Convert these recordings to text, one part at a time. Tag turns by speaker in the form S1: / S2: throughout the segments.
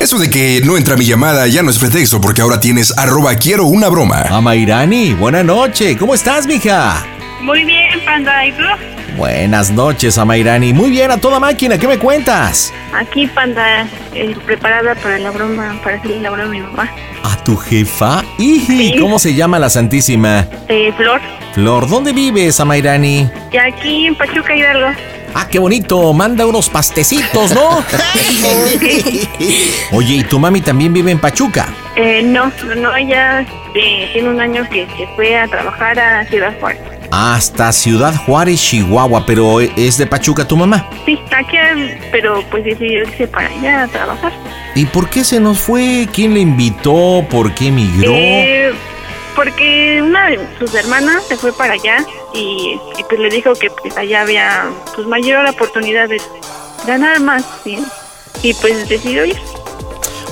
S1: Eso de que no entra mi llamada ya no es pretexto porque ahora tienes arroba quiero una broma.
S2: Amairani, buena noche. ¿Cómo estás, mija?
S3: Muy bien, Panda, ¿y tú?
S2: Buenas noches, Amairani. Muy bien, a toda máquina. ¿Qué me cuentas?
S3: Aquí, Panda, eh, preparada para la broma, para hacerle la broma a mi mamá.
S2: ¿A tu jefa? Iji,
S3: Sí.
S2: ¿Cómo se llama la Santísima?
S3: Eh, Flor,
S2: Flor, ¿dónde vives, Amairani?
S3: ya aquí en Pachuca Hidalgo.
S2: Ah, qué bonito. Manda unos pastecitos, ¿no? Oye, ¿y tu mami también vive en Pachuca?
S3: Eh, no, no, no, ella eh, tiene un año que se fue a trabajar a Ciudad Juárez.
S2: Hasta Ciudad Juárez, Chihuahua, pero es de Pachuca tu mamá.
S3: Sí, aquí, pero pues decidió irse para allá a trabajar.
S2: ¿Y por qué se nos fue? ¿Quién le invitó? ¿Por qué emigró?
S3: Eh, porque una de sus hermanas se fue para allá y, y, pues le dijo que pues allá había pues mayor oportunidad de ganar más, ¿sí? Y pues decidió ir.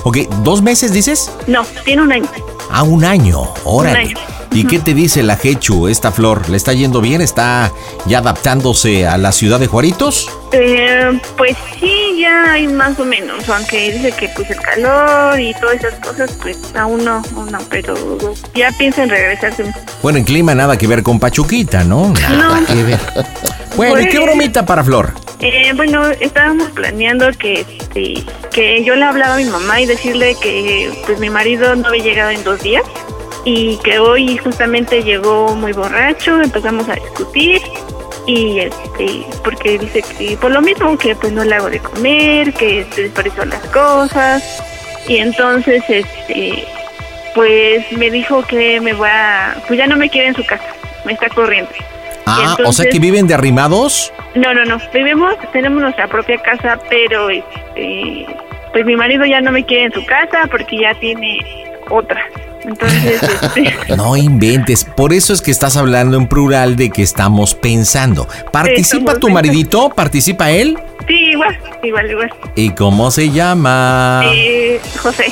S2: Ok, ¿dos meses dices?
S3: No, tiene un año.
S2: Ah, un año, órale.
S3: Un año.
S2: ¿Y qué te dice la Jechu, esta flor? ¿Le está yendo bien? ¿Está ya adaptándose a la ciudad de Juaritos?
S3: Eh, pues sí, ya hay más o menos, aunque dice que pues el calor y todas esas cosas, pues aún no, aún no, pero ya piensa en regresarse.
S2: Bueno, en clima nada que ver con Pachuquita, ¿no? Nada
S3: No.
S2: que ver. Bueno, ¿y qué
S3: Pues-
S2: bromita para Flor?
S3: Eh, bueno, estábamos planeando que, este, que yo le hablaba a mi mamá y decirle que pues mi marido no había llegado en dos días y que hoy justamente llegó muy borracho, empezamos a discutir y este porque dice que por lo mismo que pues no le hago de comer, que se desperdició las cosas y entonces este pues me dijo que me va, pues ya no me quiere en su casa, me está corriendo.
S2: Ah, o sea
S3: entonces-
S2: que viven de arrimados.
S3: No, no, no. Vivimos, tenemos nuestra propia casa, pero este, pues mi marido ya no me quiere en su casa porque ya tiene otra. Entonces, este,
S2: No inventes. Por eso es que estás hablando en plural de que estamos pensando. ¿Participa
S3: Estamos
S2: tu
S3: pensando.
S2: maridito? ¿Participa él?
S3: sí, igual, igual, igual.
S2: ¿Y cómo se llama?
S3: Eh, José,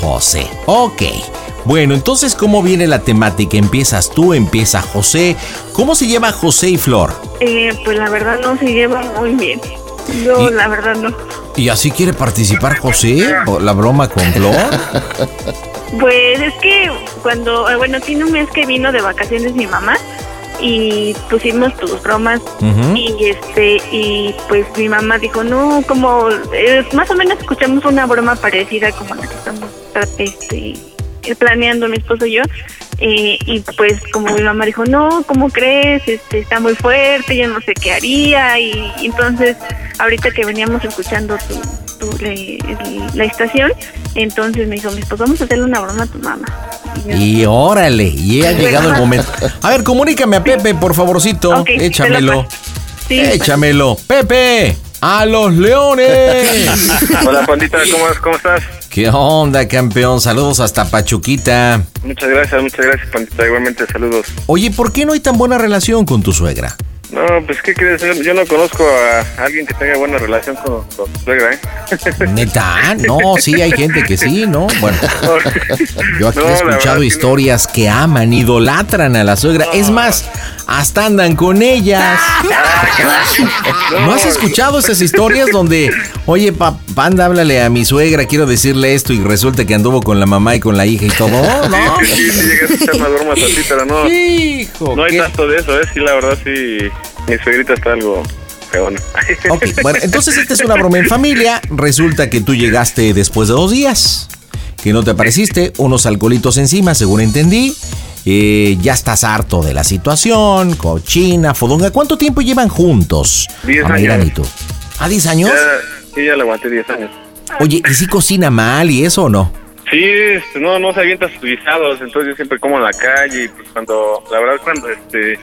S2: José. Ok. Bueno, entonces, ¿cómo viene la temática? ¿Empiezas tú? ¿Empieza José? ¿Cómo se lleva José y Flor?
S3: eh, pues la verdad no se lleva muy bien. No,
S2: Y-
S3: la verdad no.
S2: ¿Y así quiere participar José? ¿O ¿La broma con Flor?
S3: Pues es que cuando, eh, bueno, tiene un mes que vino de vacaciones mi mamá y pusimos tus bromas
S2: Ujú.
S3: Y este, y pues mi mamá dijo, no, como eh, más o menos escuchamos una broma parecida como la que estamos este, eh, planeando mi esposo y yo. eh, y pues como mi mamá dijo, no, ¿cómo crees? Este, está muy fuerte, yo no sé qué haría. Y, y entonces, ahorita que veníamos escuchando tu, tu- le- el- la estación, entonces me dijo, pues vamos a hacerle una broma a tu mamá. Y yo,
S2: Y órale, y ha llegado el momento. A ver, comunícame a Pepe, por favorcito.
S3: "Ok, te lo
S2: Échamelo.
S3: paso". Sí,
S2: Échamelo. Pepe, a los leones.
S4: Hola Pandita, ¿cómo, cómo estás?
S2: ¿Qué onda, campeón? Saludos hasta Pachuquita.
S4: Muchas gracias, muchas gracias Pandita, igualmente saludos.
S2: Oye, ¿por qué no hay tan buena relación con tu suegra?
S4: No, pues ¿qué crees? Yo, yo no conozco a alguien que tenga buena relación con, con su suegra, ¿eh?
S2: Neta, no, sí, hay gente que sí, ¿no? Bueno, yo aquí
S4: No,
S2: he
S4: la
S2: escuchado
S4: verdad es que no.
S2: historias que aman, idolatran a la suegra. Es más, hasta andan con ellas. ¿No has escuchado esas historias donde, oye, pa- panda, háblale a mi suegra, quiero decirle esto y resulta que anduvo con la mamá y con la hija y todo? ¿No?
S4: Sí, sí, sí, llegué a escuchar más bromas así, pero no,
S2: Hijo,
S4: no hay
S2: qué-
S4: tanto de eso, ¿eh? Sí, la verdad sí, mi suegrita está algo, pero bueno.
S2: Ok, bueno, entonces esta es una broma en familia. Resulta que tú llegaste después de dos días, que no te apareciste, unos alcoholitos encima, según entendí. Eh, ya estás harto de la situación, cochina, fodonga. ¿Cuánto tiempo llevan juntos?
S4: Diez
S2: Amairán,
S4: años.
S2: ¿y tú? ¿A 10 años?
S4: Ya- sí, ya le aguanté 10 años.
S2: Oye, ¿y si cocina mal y eso o no?
S4: Sí, este, no, no se avienta sus guisados, entonces yo siempre como en la calle y pues cuando, la verdad cuando este,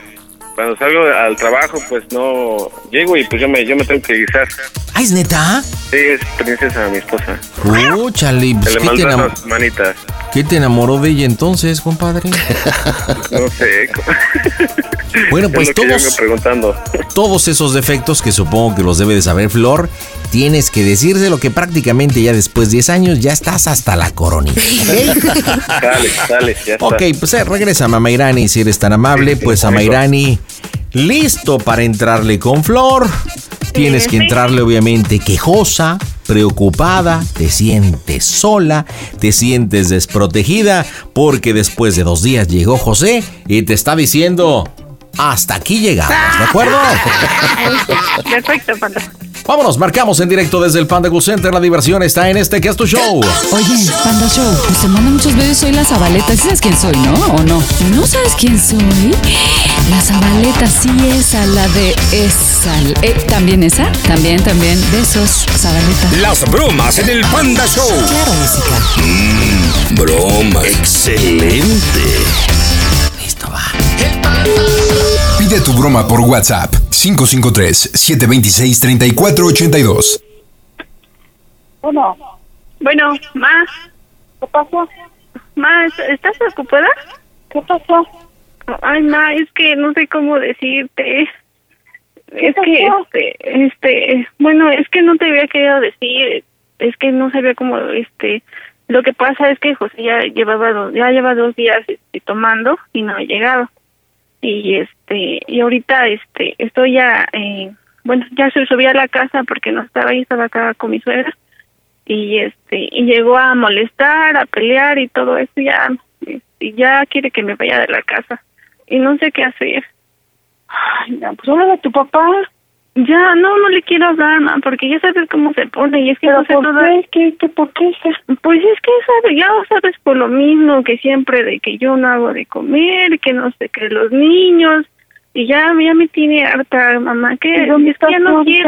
S4: cuando salgo al trabajo pues no, llego y pues yo me, yo me tengo que guisar.
S2: ¿Ah, es neta?
S4: Sí, es princesa mi esposa,
S2: Uh, chale,
S4: se
S2: pues,
S4: le
S2: ¿qué, te
S4: mandan
S2: enam-
S4: las manitas,
S2: qué te enamoró de ella entonces, compadre?
S4: no sé. cómo-
S2: Bueno,
S4: es
S2: pues
S4: lo que yo
S2: todos-
S4: vengo preguntando.
S2: Todos esos defectos que supongo que los debe de saber Flor, tienes que decírselo que prácticamente ya después de 10 años ya estás hasta la coronita.
S4: Dale, dale, ya
S2: Ok,
S4: está.
S2: pues eh, regresa Mamairani si eres tan amable.
S4: Sí, sí,
S2: Pues
S4: por eso.
S2: Mamairani, listo para entrarle con Flor. Tienes que
S3: sí.
S2: entrarle obviamente quejosa, preocupada, te sientes sola, te sientes desprotegida, porque después de dos días llegó José y te está diciendo, hasta aquí llegamos, ¿de acuerdo?
S3: Perfecto, Panda.
S2: Vámonos, marcamos en directo desde el Panda Cool Center. La diversión está en este que es tu show.
S5: Oye, Panda Show, pues te mando muchos besos, soy la Zabaleta. ¿Sí sabes quién soy, no? ¿O no? ¿No sabes quién soy? La Zabaleta, sí, esa, la de esa. Eh, ¿También esa? También, también. Besos, Zabaleta.
S6: Las bromas en el Panda Show.
S5: Claro, música.
S6: Broma. Excelente.
S2: Listo, va.
S1: Pide tu broma por WhatsApp 553-726-3482.
S7: Bueno,
S3: Bueno, ma,
S7: ¿qué pasó?
S3: ma, ¿estás ocupada?
S7: ¿Qué pasó?
S3: Ay, ma, es que no sé cómo decirte. Es
S7: pasó?
S3: que, este, este, bueno, es que no te había querido decir, es que no sabía cómo, este, lo que pasa es que José ya llevaba, do- ya lleva dos días este, tomando y no ha llegado. Y este, y ahorita, este, estoy ya, eh, bueno, ya se subí a la casa porque no estaba ahí, estaba acá con mi suegra y este y llegó a molestar, a pelear y todo eso ya y ya quiere que me vaya de la casa y no sé qué hacer.
S7: Ay, no, pues háblale a tu papá.
S3: Ya no no le quiero hablar, ma, porque ya sabes cómo se pone y es que
S7: Pero
S3: no sé
S7: ¿por
S3: toda-
S7: qué? ¿Qué, qué, ¿Por qué? hija?
S3: Pues es que sabes, ya sabes por lo mismo que siempre de que yo no hago de comer, que no sé qué los niños y ya ya me tiene harta, mamá, que
S7: ¿Y dónde
S3: es que ya
S7: estás tú
S3: no
S7: ahorita?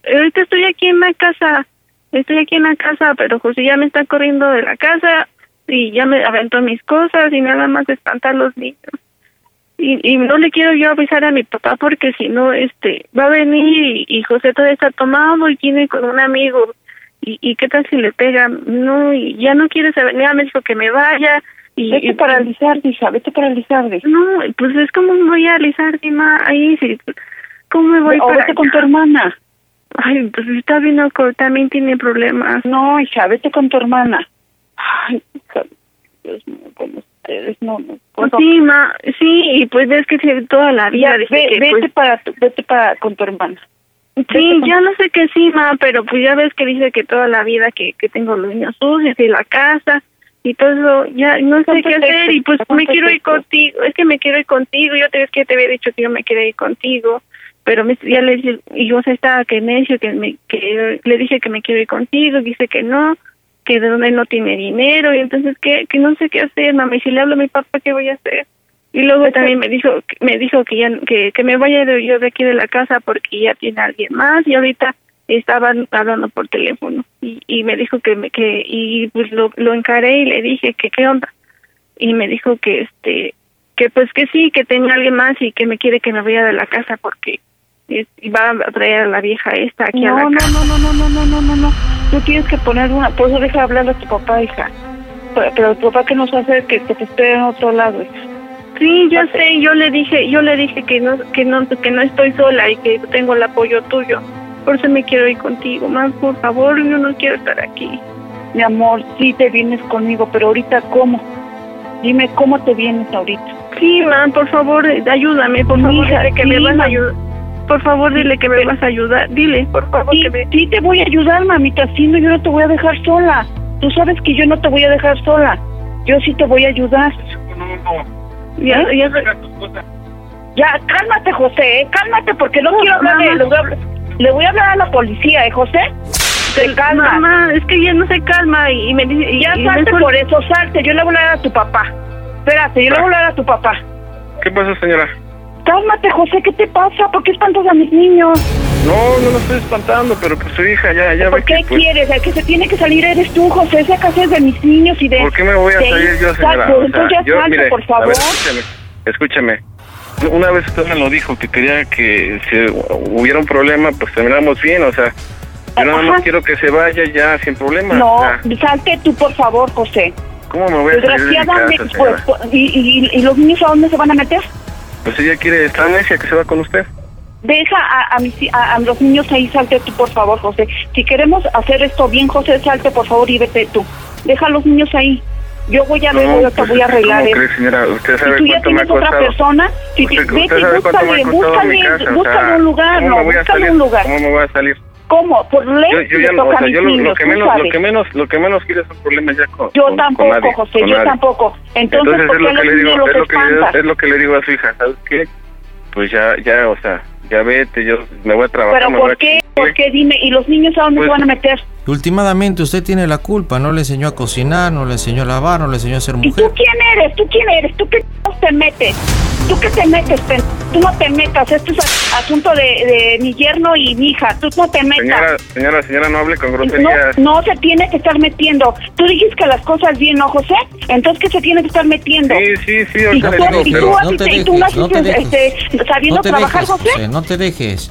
S3: quiero. Ahorita estoy aquí en la casa. Estoy aquí en la casa, pero José ya me está corriendo de la casa y ya me aventó mis cosas y nada más espanta a los niños. Y, y no le quiero yo avisar a mi papá porque si no, este, va a venir y, y José todavía está tomado y tiene con un amigo. ¿Y, y qué tal si le pega? No, y ya no quiere saber, ya me dijo que me vaya. Y,
S7: Vete
S3: y-
S7: a paralizar, hija, vete a paralizar. hija.
S3: No, pues es como me voy a alisar, Dima, ahí sí. ¿Cómo me voy
S7: O
S3: para
S7: vete con tu
S3: allá?
S7: hermana.
S3: Ay, pues está bien, loco, también tiene problemas.
S7: No, hija, vete con tu hermana. Ay, hija, Dios mío, con ustedes, no, no puedo.
S3: Pues Sí, ma, sí, y pues ves que sí, toda la vida.
S7: Ya,
S3: dice
S7: ve-
S3: que,
S7: vete,
S3: pues,
S7: para tu- vete para con tu hermana.
S3: Sí,
S7: con-
S3: ya no sé qué sí, ma, pero pues ya ves que dice que toda la vida que, que tengo los niños sucios y la casa y todo eso, ya no sé
S7: Ponte
S3: qué hacer y pues
S7: texto,
S3: me
S7: ponte
S3: quiero ir
S7: texto.
S3: contigo, es que me quiero ir contigo, yo te ves que te había dicho que yo me quería ir contigo, pero me- ya le dije, y yo se estaba que necio, que, me, que le dije que me quiero ir contigo, dice que no, que de donde no tiene dinero y entonces que, que no sé qué hacer, mami, si le hablo a mi papá, ¿qué voy a hacer? Y luego también me dijo me dijo que ya que, que me vaya de, yo de aquí de la casa porque ya tiene alguien más y ahorita estaban hablando por teléfono y, y me dijo que me que y pues lo, lo encaré y le dije que qué onda y me dijo que este que pues que sí que tenía alguien más y que me quiere que me vaya de la casa porque es- y va a traer a la vieja esta aquí a la
S7: No,
S3: casa.
S7: no, no, no, no, no, no, no, no, no. Tú tienes que poner una. Por eso deja hablar a tu papá, hija. Pero, pero tu papá que nos hace que, que te espere en otro lado, hija.
S3: Sí, yo sé, yo le dije, yo le dije que no, que no, que no estoy sola y que tengo el apoyo tuyo. Por eso me quiero ir contigo, más por favor, yo no quiero estar aquí.
S7: Mi amor, sí te vienes conmigo, pero ahorita ¿cómo? Dime cómo te vienes ahorita.
S3: Sí, man, por favor, eh, ayúdame, por
S7: Mi
S3: favor,
S7: hija,
S3: dile que
S7: sí,
S3: me vas a
S7: ma.
S3: ayudar. Por favor, dile que me vas a ayudar, dile, por favor,
S7: Sí,
S3: que me...
S7: sí te voy a ayudar, mamita, sí, no, yo no te voy a dejar sola. Tú sabes que yo no te voy a dejar sola. Yo sí te voy a ayudar.
S3: Ya, ya-
S7: Ya, cálmate, José, ¿eh? cálmate, porque no quiero hablar de...
S3: mamá.
S7: los- Le voy a hablar a la policía, ¿eh, José? Se calma.
S3: Mamá, es que ella no se calma y, y me dice... y-
S7: ya
S3: y
S7: salte
S3: mejor-
S7: por eso, salte. Yo le voy a hablar a tu papá. Espérate, yo le voy a hablar a tu papá.
S8: ¿Qué pasó, señora?
S7: Cálmate, José, ¿qué te pasa? ¿Por qué espantas a mis niños?
S8: No, no lo estoy espantando, pero pues su hija ya, ya
S7: ¿Por
S8: ve
S7: qué
S8: que, pues,
S7: quieres? El que se tiene que salir eres tú, José. Esa casa es de mis niños y de...
S8: ¿Por qué me voy a
S7: de-
S8: salir yo, señora? O sea,
S7: Exacto, Este, entonces ya
S8: yo,
S7: salte,
S8: mire,
S7: por
S8: a ver,
S7: favor.
S8: escúcheme, escúcheme. Una vez usted me lo dijo, que quería que si hubiera un problema, pues terminamos bien, o sea, yo nada más
S7: Ajá.
S8: quiero que se vaya ya sin problema.
S7: No,
S8: o sea,
S7: salte tú, por favor, José.
S8: ¿Cómo me voy a salir de mi casa,
S7: Desgraciadamente, pues,
S8: señora?
S7: pues, y, y- y los niños a dónde se van a meter?
S8: Pues ella quiere, está necia que se va con usted.
S7: Deja a, a mis- a- a los niños ahí, salte tú, por favor, José. Si queremos hacer esto bien, José, salte, por favor, y vete tú. Deja a los niños ahí. Yo voy a ver, voy, a-
S8: pues,
S7: voy a
S8: ¿cómo
S7: arreglar
S8: cree,
S7: esto.
S8: señora? Usted
S7: Si
S8: sabe
S7: tú ya
S8: cuánto me ha
S7: tienes otra
S8: costado.
S7: persona, si te-
S8: Usted- usted
S7: vete,
S8: sabe cuánto me ha
S7: búscale,
S8: costado mi
S7: búscale,
S8: casa, o
S7: búscale
S8: sea,
S7: un lugar,
S8: ¿cómo
S7: no,
S8: me voy a
S7: búscale
S8: salir?
S7: un lugar.
S8: ¿Cómo me voy a salir?
S7: ¿Cómo? Por ley
S8: Yo, yo
S7: le
S8: ya no,
S7: toca
S8: o
S7: a
S8: sea,
S7: mis
S8: yo lo,
S7: niños,
S8: lo que
S7: tú
S8: menos, lo
S7: sabes.
S8: que menos, lo que menos quiero es un problema ya con
S7: Yo
S8: con- con
S7: tampoco,
S8: nadie,
S7: José,
S8: con
S7: yo
S8: nadie.
S7: tampoco. Entonces,
S8: Entonces
S7: ¿por
S8: es
S7: qué
S8: lo
S7: a
S8: que le
S7: los niños
S8: digo, es
S7: los
S8: lo que le,
S7: espantas?
S8: es lo que le digo a su hija, ¿sabes qué? Pues ya, ya, o sea, ya vete, yo me voy a trabajar.
S7: ¿Pero
S8: me voy
S7: por
S8: a
S7: qué?
S8: chingarle.
S7: ¿Por qué? Dime, ¿y los niños a dónde
S8: Pues-
S7: se van a meter?
S2: Últimamente usted tiene la culpa, no le enseñó a cocinar, no le enseñó a lavar, no le enseñó a ser
S7: ¿Y tú
S2: mujer.
S7: quién eres? ¿Tú quién eres? ¿Tú qué chingados te metes? ¿Tú qué te metes? pen- Tú no te metas. Esto es a- asunto de, de mi yerno y mi hija. Tú no te
S8: Señora,
S7: metas.
S8: señora, señora, no hable con
S7: no,
S8: groserías.
S7: no se tiene que estar metiendo. Tú dijiste que las cosas bien, ¿no, José? Entonces, ¿qué se tiene que estar metiendo?
S8: Sí, sí, sí,
S7: ¿Y
S8: ahorita
S7: tú,
S8: le digo,
S2: no,
S7: y tú
S8: pero...
S2: no
S7: así
S2: te
S7: te- y tú
S2: dejes,
S7: no
S2: no
S7: así te-
S2: te dejes.
S7: este, sabiendo
S2: te
S7: trabajar,
S2: dejes,
S7: José.
S2: José, no te dejes.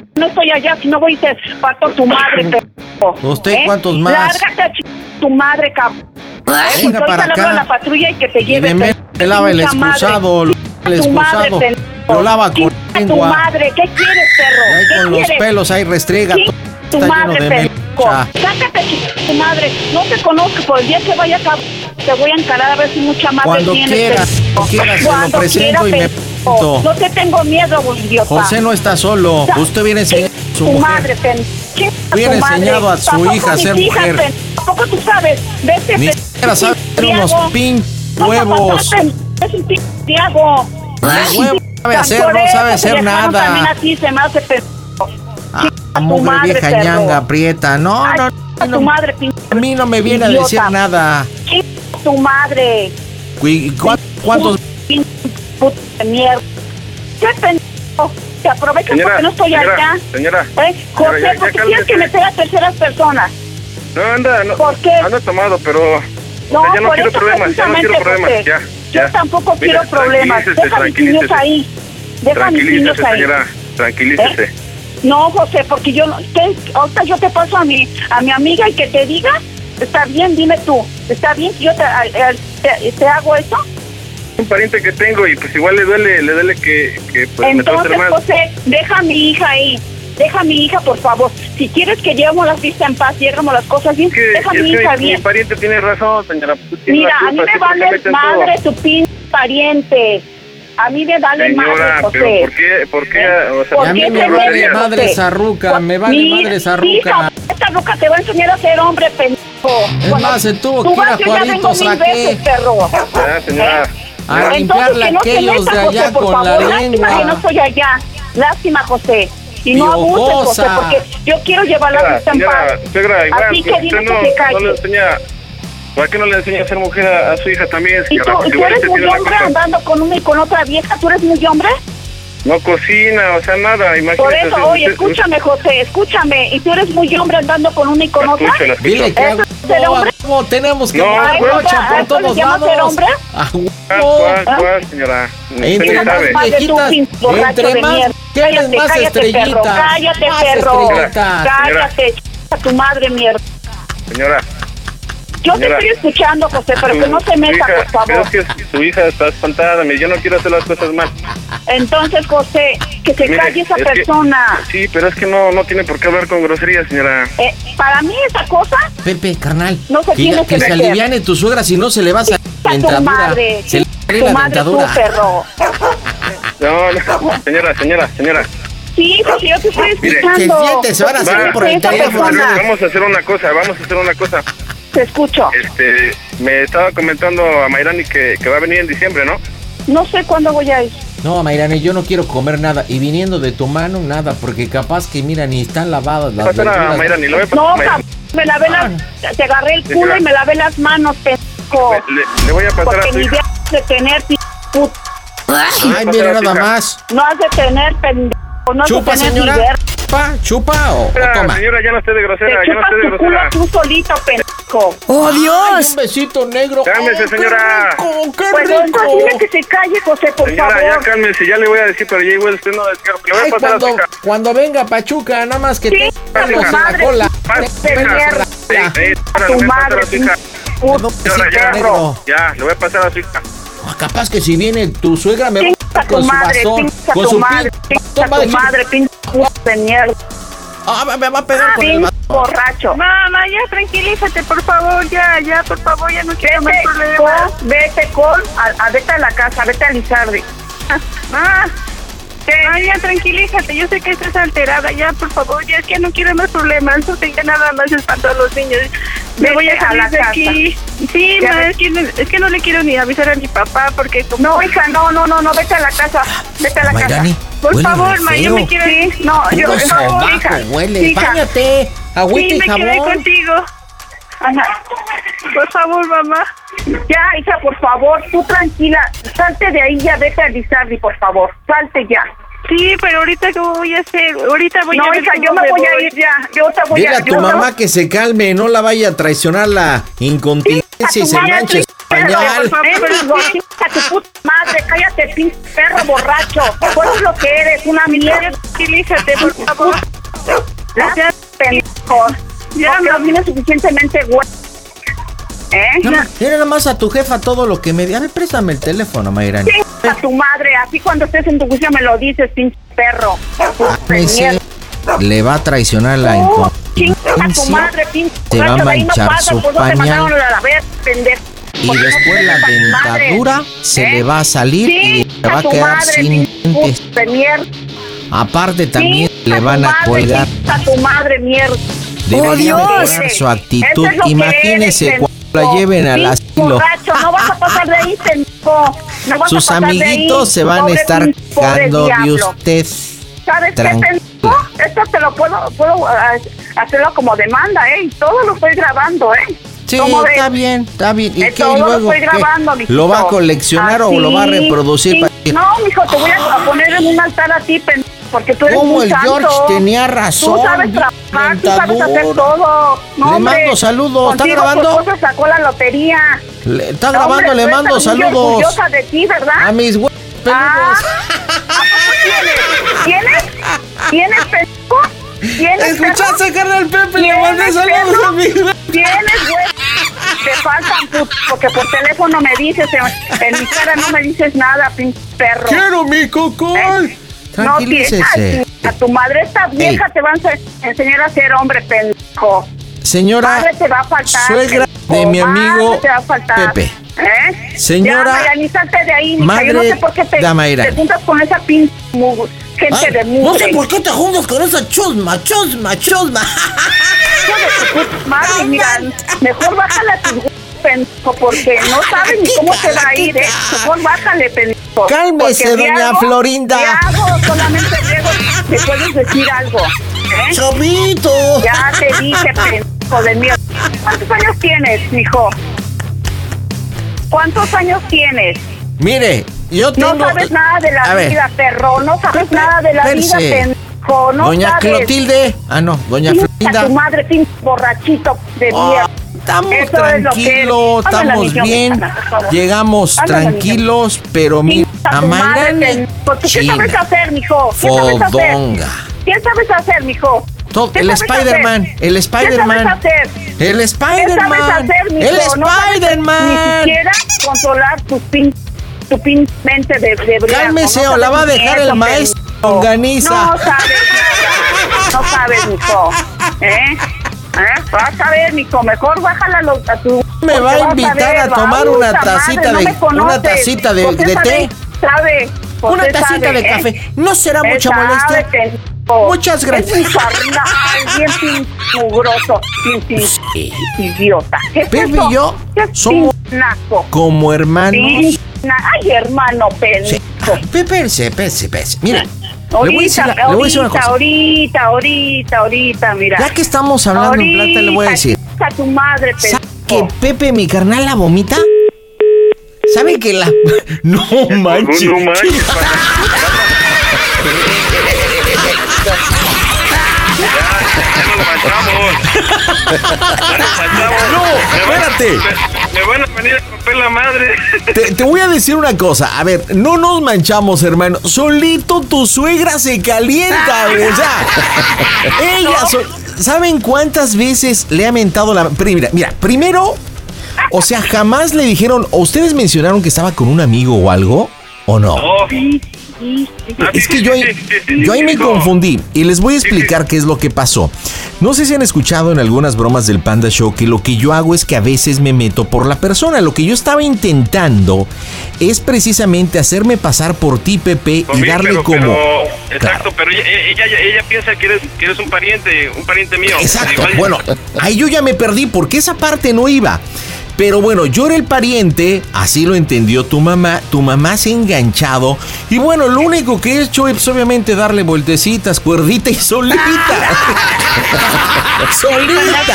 S7: No estoy allá, si no voy y te parto tu madre, pendejo.
S2: ¿Usted cuántos más?
S7: Lárgate a chingada tu madre, cabrón.
S2: Venga
S7: Estoy
S2: para
S7: hablando
S2: acá.
S7: a la patrulla y que te
S2: Y
S7: lleve.
S2: de mer-
S7: pendejo.
S2: le lava el
S7: Mucha madre.
S2: excusado, lo- el
S7: tu madre,
S2: excusado.
S7: pendejo.
S2: Lo lava con
S7: Chinga tu
S2: lengua.
S7: madre, ¿qué quieres, perro?
S2: Y ahí
S7: ¿Qué
S2: con los
S7: quieres?
S2: pelos ahí restrega.
S7: Chinga
S2: todo
S7: tu
S2: está
S7: madre,
S2: lleno de
S7: pendejo.
S2: mecha.
S7: Sácate, chinga tu madre. No te conozco, por el día que vaya acá te voy a encarar a ver si mucha madre
S2: Cuando
S7: tienes.
S2: quieras,
S7: pendejo.
S2: cuando quieras, te lo
S7: Cuando
S2: presento y me
S7: pendejo.
S2: presento.
S7: No te tengo miedo, idiota.
S2: José no está solo.
S7: Sa-
S2: Usted hubiera enseñado a su
S7: tu
S2: mujer.
S7: madre, pendejo. Chinga
S2: Hubiera
S7: tu madre.
S2: enseñado a su
S7: Tampoco
S2: hija a
S7: mis
S2: ser
S7: hijas,
S2: mujer.
S7: pendejo. Tampoco tú sabes. Vete,
S2: Ni
S7: pendejo,
S2: siquiera sabe hacer unos
S7: Santiago.
S2: pin
S7: No,
S2: huevos.
S7: papá, pendejo, Es un Santiago.
S2: Ni
S7: Ay,
S2: huevo sabe hacer,
S7: Santorero,
S2: no sabe
S7: tu
S2: hacer
S7: lejano También
S2: nada.
S7: así se me hace pendejo.
S2: Ah,
S7: Chinga
S2: La
S7: tu
S2: mugre
S7: madre,
S2: vieja
S7: perro.
S2: ñanga, aprieta. No,
S7: Ay,
S2: no,
S7: a
S2: no,
S7: tu madre, pin-
S2: a mí no me viene a decir
S7: idiota.
S2: nada.
S7: Chinga tu madre.
S2: ¿Y cua- cuántos?
S7: Pin- puta de mierda. Qué pendejo. Te aprovechas
S8: Señora,
S7: porque no estoy
S8: señora,
S7: allá.
S8: señora,
S7: ¿Eh? José,
S8: señora, ya- ya
S7: ¿por qué tienes que
S8: cálmese.
S7: meter a terceras personas?
S8: No, anda, no,
S7: ¿Por qué?
S8: anda tomado, pero... o
S7: No,
S8: sea, ya no
S7: por
S8: quiero
S7: eso
S8: problemas, ya no quiero
S7: precisamente,
S8: problemas,
S7: José.
S8: ya,
S7: Yo
S8: ya.
S7: tampoco
S8: Mire,
S7: quiero problemas.
S8: tranquilícese,
S7: Deja a mis niños
S8: tranquilícese.
S7: ahí. Deja a mis niños
S8: Tranquilícese,
S7: ahí.
S8: señora, tranquilícese.
S7: ¿Eh? No, José, porque yo no, ¿qué? ahorita yo te paso a mi, a mi amiga y que te diga, está bien, dime tú, está bien que yo te, al- al- te- te hago eso.
S8: un pariente que tengo y pues igual le duele, le duele que, que pues
S7: Entonces,
S8: me trate mal.
S7: José, deja a mi hija ahí, deja a mi hija, por favor. Si quieres que llevemos la fiesta en paz y hagamos las cosas bien,
S8: Es que,
S7: deja a
S8: es
S7: mi
S8: que
S7: hija
S8: mi, mi
S7: bien.
S8: pariente tiene razón, señora. pues, tiene
S7: Mira,
S8: la
S7: a mí
S8: culpa,
S7: me
S8: siempre se mete
S7: vale
S8: en
S7: madre
S8: todo.
S7: tu pin pariente. A mí me vale
S8: Señora,
S7: madre, José. ¿Eh?
S8: pero ¿por qué? ¿Por qué? O sea,
S7: ¿Por
S2: Y
S7: qué
S2: a mí me
S7: te
S8: grosería?
S2: vale
S7: metes,
S2: madre
S7: José?
S2: zarruca, me vale
S7: Mi-
S2: madre
S7: hija,
S2: zarruca.
S7: Esta ruca te va a enseñar a ser hombre, pendejo.
S2: Es
S7: Cuando
S2: más, se tuvo
S7: tú
S2: que ir
S7: vas,
S2: a
S7: yo ya vengo
S2: Juaritos,
S7: mil
S2: ¿a qué?
S7: veces, perro.
S8: Ya, señora.
S7: ¿Eh?
S2: A
S7: Entonces,
S2: limpiarle
S7: que no te
S2: aquellos
S7: metas,
S2: de allá
S7: José, por
S2: con la
S7: favor. Lástima que no
S2: lengua.
S7: estoy allá. Lástima, José. Y no abuses, José,
S2: Piojosa.
S7: porque yo quiero llevar la
S8: Señora,
S7: vista en paz.
S8: señora, señora, igual,
S7: Así que
S8: pues,
S7: dime
S8: usted no,
S7: que
S8: no
S7: se
S8: le
S7: calle.
S8: enseña... ¿Para qué no le enseña a ser mujer a, a su hija también,
S7: Y tú,
S8: señora? Porque
S7: tú
S8: igual
S7: eres
S8: usted
S7: muy
S8: tiene la
S7: hombre
S8: culpa.
S7: andando con una y con otra vieja, tú eres muy hombre.
S8: No cocina, o sea, nada, imagínese.
S7: Por eso,
S8: usted-
S7: oye,
S8: usted-
S7: escúchame, José, escúchame. Y tú eres muy hombre andando con una y con
S8: La
S7: otra.
S8: escucho, la escucho.
S2: Dile que a
S7: ¿Eso es ser
S2: huevo, a
S7: hombre?
S2: huevo, tenemos que
S8: No,
S2: dar
S8: ¿a eso-
S2: brocha
S7: a eso
S2: por
S7: le
S2: todos
S7: llamas
S2: lados. Ah,
S7: ser hombre?
S2: A
S8: ¿Cuál,
S2: huevo.
S8: cuál, cuál, ah, señora? Usted ni
S2: Entre más
S8: sabe.
S7: Más de tu
S2: viejitas,
S7: pin- borracho
S2: entre
S7: de
S2: más
S7: mierda.
S2: quieres más estrellitas.
S7: Perro, cállate,
S2: Más
S7: perro.
S2: estrellitas.
S7: Cállate, ch- a tu madre mierda.
S8: Señora,
S7: Yo te
S4: Señora.
S7: estoy escuchando, José, pero que no se meta,
S4: Su hija-
S7: por favor.
S4: pero es que su hija está espantada. mire, Yo no quiero hacer las cosas mal.
S7: Entonces, José, que se
S4: Mire,
S7: calle esa
S4: es que-
S7: persona.
S4: sí, pero es que no, no tiene por qué hablar con groserías, señora.
S7: Eh, para mí esa cosa,
S2: Pepe, carnal.
S7: No se
S2: que,
S7: tiene
S2: que
S7: que
S2: se
S7: meter.
S2: aliviane tu suegra si no se le va a salir la
S7: a tu
S2: dentadura.
S7: madre.
S2: Se le va a salir
S7: Tu
S2: la
S7: madre es
S2: dentadura.
S7: un perro.
S4: No, no, señora, señora, señora.
S7: Sí, porque yo te estoy
S4: Mire,
S7: escuchando.
S2: se siente, se van a
S7: ¿Por qué
S2: salir
S4: Va,
S7: no
S2: por
S7: es
S2: el
S7: esa
S2: teléfono.
S7: persona?
S4: Vamos a hacer una cosa, vamos a hacer una cosa.
S7: Te escucho.
S4: Este, me estaba comentando a Mayrani que, que va a venir en diciembre, ¿no?
S7: No sé cuándo voy a ir.
S2: No, Mayrani, yo no quiero comer nada. Y viniendo de tu mano, nada. Porque capaz que, mira, ni están lavadas las
S4: Pásala a
S2: verduras.
S4: Mayrani, lo voy a pasar
S7: No,
S4: a Mayrani.
S7: cabrón, me lavé
S2: Ah.
S7: las... Te agarré el culo y me lavé las manos, pendejo.
S4: Le- le- le voy a pasar a
S7: Porque
S4: su
S7: ni
S4: hija.
S7: idea de tener, p- put-
S2: Ay, mira nada más.
S7: No has de tener, pendejo. No has
S2: Chupa,
S7: de tener ni
S2: señora.
S7: ver.
S2: Chupa, chupa o, o
S4: Señora,
S2: toma.
S4: Señora, ya no esté de
S7: Te
S4: grosera, ya no
S7: chupas
S4: esté de
S7: tu culo
S4: grosera.
S7: tú solito, pendejo.
S5: ¡Oh,
S2: Ay,
S5: Dios!
S2: un besito negro.
S4: Cálmese,
S2: Ay, qué
S4: señora.
S2: rico, ¡Qué
S7: Pues
S2: rico!
S7: entonces dile que se calle, José, por
S4: Señora, ya
S7: favor.
S4: cálmese, ya le voy a decir, pero ya igual usted no descarga. Le voy
S2: Ay,
S4: a pasar
S2: cuando,
S4: a su hija.
S2: cuando venga Pachuca, nada más que
S7: Sí,
S2: te
S7: a tu
S2: en la
S7: madre.
S2: cola.
S4: Más
S2: Te-
S7: de
S2: te-
S7: mierda.
S4: Sí, sí,
S7: A
S4: señora, le
S7: tu
S4: voy a pasar
S7: madre,
S4: a su hija.
S2: No,
S7: put-
S2: besito
S4: Señora, ya,
S2: negro.
S4: ya, le voy a pasar a su hija.
S2: Ah, Capaz que si viene tu suegra me
S7: Pincha
S2: va
S7: a tu
S2: con su
S7: madre,
S2: bastón,
S7: pincha a
S2: con
S7: tu
S2: su
S7: madre,
S2: pin-
S7: pincha
S2: bastón, va a
S7: a tu
S2: decir,
S7: madre, pincha a de mierda.
S2: Ah, me- me va a pegar con el
S7: Pinche
S2: bastón.
S7: borracho.
S3: Mamá, ya tranquilízate, por favor, ya, ya, por favor, ya no quiero más
S7: Vete
S3: problemas.
S7: con, vete con, a, a- vete a la casa, vete a Lizardi.
S3: Mamá, mamá, Ah, ya tranquilízate, yo sé que estás alterada, ya, por favor, ya es que no quiero más problemas, no tenga nada más espanto a los niños. Me
S7: Vete
S3: voy a
S7: a
S3: salir
S7: la
S3: de
S7: casa.
S3: aquí. Sí,
S7: Ya
S3: ma,
S7: ve-
S3: es que, no, es que no le quiero ni avisar a mi papá porque como...
S7: No, hija, no, no, no, no, vete a la casa, vete a la
S2: Mayrani,
S7: casa.
S3: Por
S2: huele
S3: favor,
S2: re
S3: ma, yo
S2: feo.
S3: me quiero ir.
S7: Sí, no, yo,
S2: Puro
S7: por favor, hija,
S2: sobaco huele.
S7: hija.
S2: Báñate, agüita
S3: Sí,
S2: y
S3: me quedé
S2: jabón.
S3: contigo.
S7: Ajá.
S3: Por favor, mamá.
S7: Ya, hija, por favor, tú tranquila, salte de ahí, ya vete a Lizardi, por favor, salte ya.
S3: Sí, pero ahorita, ¿cómo voy a hacer? Ahorita voy a
S7: No,
S3: ver
S7: hija,
S3: cómo
S7: yo me voy a
S3: voy.
S7: ir ya, yo te voy
S2: Dile
S7: a...
S2: a
S7: yo
S2: tu
S7: te-
S2: mamá que se calme, no la vaya a traicionar la incontinencia y se
S7: madre,
S2: manche su
S3: por
S2: pañal.
S3: favor.
S7: Mendigo, chinga tu puta madre, cállate, pinche perro borracho. Pues es lo que eres, una mierda,
S3: Tranquilízate, por favor.
S7: ya, pendejo.
S3: Ya,
S7: Porque no
S3: mami.
S7: tienes suficientemente güey. ¿Eh?
S2: No, Dile nada más a tu jefa todo lo que me diga. A ver, préstame el teléfono, Mayrani.
S7: Chinga tu madre, así cuando estés en tu juicio me lo dices, pinche perro. Puta
S2: Ay, sí.
S7: mierda.
S2: Le va a traicionar la
S7: Oh,
S2: incontinencia.
S7: chinga tu madre, pinche
S2: Te va a
S7: borracho, de ahí no
S2: manchar
S7: pasa,
S2: su
S7: pues no te
S2: pañal.
S7: mandaron a la vez, pendejo.
S2: Y
S7: Porque no
S2: después la
S7: tienes tu madre.
S2: dentadura se
S7: ¿Eh?
S2: le va a salir y
S7: Sí,
S2: le va a
S7: tu
S2: quedar
S7: madre,
S2: sin
S7: pinche
S2: dientes.
S7: puta de mierda.
S2: Aparte también
S7: Sí,
S2: le
S7: tu
S2: van a
S7: madre,
S2: colgar.
S7: A tu madre, mierda.
S2: Debe
S5: ¡Oh, Dios!
S2: mejorar su actitud.
S7: Eso es lo que
S2: Imagínese
S7: eres,
S2: cuando la
S7: pendejo.
S2: lleven al
S7: Pinche
S2: asilo.
S7: borracho, no vas a pasar de ahí, pendejo. No vas a
S2: Sus
S7: pasar de ahí,
S2: amiguitos se van a
S7: pobre
S2: estar
S7: pinche, pobre
S2: cagando de
S7: diablo.
S2: usted.
S7: ¿Sabes qué,
S2: Tranquila.
S7: pendejo? Esto te lo puedo, puedo ah, hacerlo como demanda, ¿eh? Y todo lo estoy grabando, ¿eh?
S2: Sí,
S7: ¿Cómo ves?
S2: está bien, está bien. ¿Y
S7: Eh,
S2: qué?
S7: todo
S2: ¿Y
S7: lo
S2: luego
S7: estoy
S2: qué?
S7: grabando, mijito.
S2: ¿Lo va a coleccionar o lo va a
S7: Así,
S2: reproducir?
S7: sí.
S2: para que-
S7: No, mijo, te voy a a poner en un altar a ti, pendejo, porque tú eres
S2: Como
S7: un
S2: el
S7: santo.
S2: George tenía razón.
S7: Tú sabes
S2: bien
S7: trabajar, tú sabes hacer
S2: tentador.
S7: todo. No,
S2: Le
S7: hombre,
S2: mando saludos, ¿está
S7: contigo
S2: grabando?
S7: Tu esposa sacó la lotería.
S2: Le- está grabando,
S7: Hombre,
S2: le
S7: tú estás
S2: mando
S7: muy
S2: saludos
S7: orgullosa de ti, ¿verdad?
S2: a mis güeyes peludos.
S7: Ah, ¿a poco ¿Tienes? ¿Tienes? ¿Tienes, pendejo? ¿Tienes, perro?
S2: ¿Escuchaste, carnal Pepe? Le
S7: ¿Tienes,
S2: mandé saludos
S7: perro?
S2: a mis güeyes.
S7: Tienes, güey. Te faltan, put- porque por teléfono me dices, en, en mi cara no me dices nada, pinche perro.
S2: ¡Quiero mi cocol!
S7: Eh, No tienes.
S2: Tranquilícese.
S7: A tu madre, esta vieja te van a enseñar a ser hombre, pendejo.
S2: Señora,
S7: Padre te va a faltar.
S2: suegra de
S7: pendejo.
S2: mi amigo
S7: Madre te va a faltar.
S2: Pepe.
S7: ¿Eh?
S2: Señora-
S7: Ya, Mariani, salte de ahí, mija. Yo no
S2: Madre
S7: sé por qué te,
S2: de Amairani.
S7: te juntas con esa pinche mu- gente
S2: Ay,
S7: de mugre.
S2: no sé por qué te juntas con esa chusma, chusma, chusma.
S7: Hijo de tu puta madre, mira, mejor bájale a tu pendejo, porque
S2: Ah,
S7: no sabes ni cómo te va a ir, ¿eh? Mejor bájale, pendejo.
S2: Cálmese,
S7: Porque de
S2: doña
S7: algo-
S2: Florinda.
S7: De algo, solamente luego te puedes decir algo, ¿eh?
S2: ¡Chobito!
S7: Ya te dije, pendejo de mierda. ¿Cuántos años tienes, mijo? ¿Cuántos años tienes?
S2: Mire, yo tengo...
S7: No sabes nada de la
S2: A ver,
S7: vida, perro. No sabes
S2: Pepe,
S7: nada de la vida,
S2: espérese.
S7: pendejo. No
S2: doña
S7: sabes.
S2: Clotilde. Ah, no, doña
S7: Pincha
S2: Florinda.
S7: tu madre, pin borrachito de
S2: Oh,
S7: mierda.
S2: estamos
S7: Eso es lo que eres.
S2: tranquilos,
S7: Ándale,
S2: estamos
S7: niño,
S2: bien,
S7: Ana, por favor.
S2: llegamos
S7: Ándale, niño.
S2: tranquilos, pero mira,
S7: Pincha
S2: a
S7: tu madre,
S2: Mayrani
S7: pendejo. ¿Tú ¿Qué
S2: China.
S7: sabes hacer, mijo? ¿Qué sabes hacer?
S2: Fodonga.
S7: ¿Qué sabes hacer, mijo?
S2: Todo,
S7: ¿Qué
S2: el
S7: sabes
S2: Spider-Man,
S7: hacer?
S2: el
S7: ¿Qué
S2: Spider-Man.
S7: sabes hacer?
S2: El
S7: ¿Qué sabes
S2: Spider-Man.
S7: hacer, mijo?
S2: El
S7: No sabes Ni
S2: Spider-Man.
S7: siquiera controlar tu pin, tu pin mente de, de briago,
S2: Cálmese
S7: no
S2: o la
S7: sabes
S2: va a
S7: ni
S2: dejar
S7: eso,
S2: el maestro
S7: pendejo.
S2: Longaniza.
S7: No sabes, no sabes, mijo. ¿Eh? ¿Eh? Vas a ver, mijo, mejor bájala a lo- a tu...
S2: Me va a
S7: porque vas
S2: invitar a tomar
S7: babucha
S2: una tacita de-
S7: me conoces.
S2: una tacita de-
S7: Usted
S2: de
S7: sabe-
S2: té.
S7: Sabe,
S2: Una
S7: usted
S2: tacita
S7: sabe,
S2: de
S7: ¿eh?
S2: café. No será
S7: Él
S2: mucha
S7: sabe
S2: molestia.
S7: que no.
S2: Muchas gracias.
S7: Es un carnal bien pinturoso, bien pin- idiota. ¿Qué es
S2: Pepe
S7: eso?
S2: y yo
S7: ¿Qué es
S2: somos-
S7: pinnaco?
S2: Como hermanos.
S7: Pinna- Ay, hermano, pendejo.
S2: Sí. Ay, Pepe, se- Pepe, se- Pepe. Mira, le voy a decir, la- le voy a decir una cosa.
S7: ahorita, ahorita, ahorita, mira.
S2: Ya que estamos hablando en plata, le voy a
S7: Ahorita,
S2: decir.
S7: A tu madre,
S2: ¿Sabe que
S7: pendejo.
S2: Pepe, mi carnal, la vomita? ¿Sabe que la.? No manches.
S4: No manches, Ya nos matamos. Ya nos matamos.
S2: No,
S4: Me van-
S2: espérate.
S4: me- Me van a venir a romper la madre.
S2: Te, te voy a decir una cosa, a ver, no nos manchamos, hermano. Solito tu suegra se calienta, güey, o sea. Ella, sol- ¿saben cuántas veces le ha mentado la... pri- Mira, mira, primero, o sea, jamás le dijeron, o ustedes mencionaron que estaba con un amigo o algo, o no.
S4: Oh, Ah,
S2: Es
S4: sí,
S2: que
S4: sí,
S2: yo ahí,
S4: sí, sí, sí,
S2: yo ahí
S4: sí,
S2: me
S4: hijo.
S2: confundí y les voy a
S4: este sí.
S2: explicar qué es lo que pasó. No sé si han escuchado en algunas bromas del Panda Show que lo que yo hago es que a veces me meto por la persona. Lo que yo estaba intentando es precisamente hacerme pasar por ti, Pepe, y
S4: Conmigo,
S2: darle
S4: pero-
S2: como...
S4: pero-
S2: Claro.
S4: exacto, pero ella, ella, ella- ella piensa que eres, que eres un pariente, un pariente mío.
S2: Exacto.
S4: Igual-
S2: Bueno, ahí yo ya me perdí porque esa parte no iba. Pero bueno, yo era el pariente, así lo entendió tu mamá, tu mamá se ha enganchado y bueno, lo único que he hecho es obviamente darle vueltecitas, cuerdita y solita.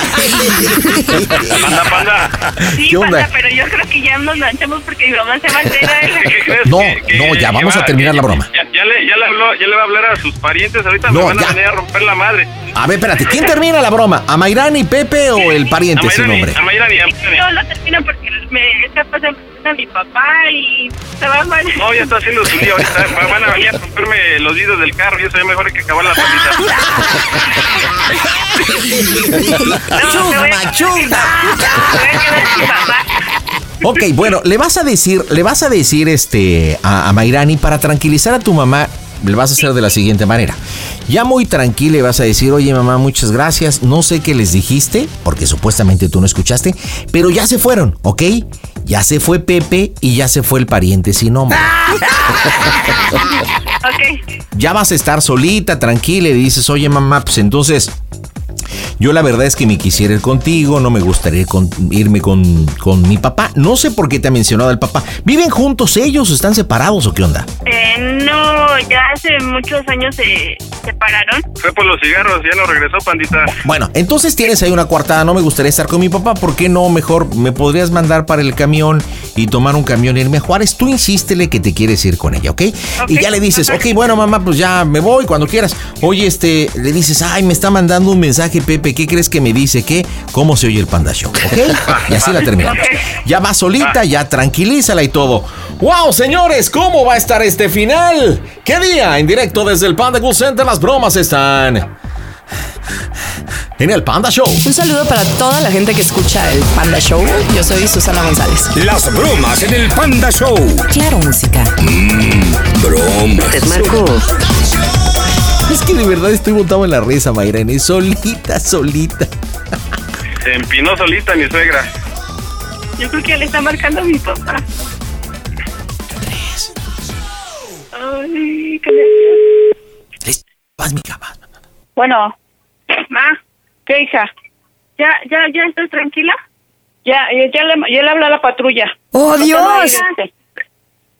S2: solita.
S4: Panda, panda.
S3: Sí,
S2: ¿Qué onda?
S3: pasa, pero yo creo que ya nos lanzamos porque mi mamá se va a enterar.
S4: ¿Qué crees?
S2: No,
S4: Que- que-
S2: no, ya
S4: que
S2: vamos a terminar la broma.
S4: Ya, ya le, ya le habló- ya le va a hablar a sus parientes. Ahorita
S2: No,
S4: me van
S2: ya.
S4: a venir a romper la madre.
S2: A ver, espérate, ¿quién termina la broma? ¿A Mayrani, Pepe o el pariente sin nombre?
S4: A Mayrani, a Mayrani.
S3: Yo lo termino porque me está pasando a mi papá y se va mal.
S4: No, ya está haciendo su día ahorita. Va- Van a venir a romperme los vidrios del carro. Ya se ve mejor que acabar la patita.
S2: Chusma, chusma.
S3: Se va a quedar sin papá.
S2: Ok, bueno, le vas a decir, le vas a decir este a, a Mayrani para tranquilizar a tu mamá. Le vas a hacer de la siguiente manera. Ya muy tranquila y vas a decir, oye mamá, muchas gracias. No sé qué les dijiste, porque supuestamente tú no escuchaste, pero ya se fueron, ¿ok? Ya se fue Pepe y ya se fue el pariente sin nombre.
S3: Ok,
S2: Ya vas a estar solita, tranquila, y le dices, oye mamá, pues entonces Yo la verdad es que me quisiera ir contigo, no me gustaría ir con- irme con, con mi papá. No sé por qué te ha mencionado el papá. ¿Viven juntos ellos? ¿Están separados o qué onda?
S3: eh, no, ya hace muchos años se separaron.
S4: Fue por los cigarros. Ya no regresó, pandita.
S2: Bueno, entonces tienes ahí una coartada, no me gustaría estar con mi papá, ¿por qué no? Mejor me podrías mandar para el camión y tomar un camión y irme a Juárez. Tú insístele que te quieres ir con ella, ¿ok? Y ya le dices, ok, bueno mamá, pues ya me voy cuando quieras. Oye, este, le dices, ay, me está mandando un mensaje Pepe, ¿qué crees que me dice? ¿Qué? ¿Cómo se oye el panda show? ¿Ok? Y así la terminamos. Ya va solita, ya tranquilízala y todo. ¡Wow, señores! ¿Cómo va a estar este final? ¿Qué día? En directo desde el Panda Cool Center las bromas están en el Panda Show.
S9: Un saludo para toda la gente que escucha el Panda Show. Yo soy Susana González.
S6: Las bromas en el Panda Show.
S9: Claro, música.
S6: Bromas.
S2: Es que de verdad estoy botado en la risa, Mayrene. Solita, solita.
S4: Se empinó solita mi suegra.
S3: Yo creo que le está marcando a mi papá. Ay, qué nervios.
S2: Es- Vas mi cama.
S7: Bueno,
S3: Ma,
S7: ¿qué hija?
S3: ¿ya, ya, ya estás tranquila?
S7: Ya, ya, ya, le, ya le habla a la patrulla.
S9: ¡Oh,
S7: No te va a ir,
S9: Dios!
S7: este. ¿Eh?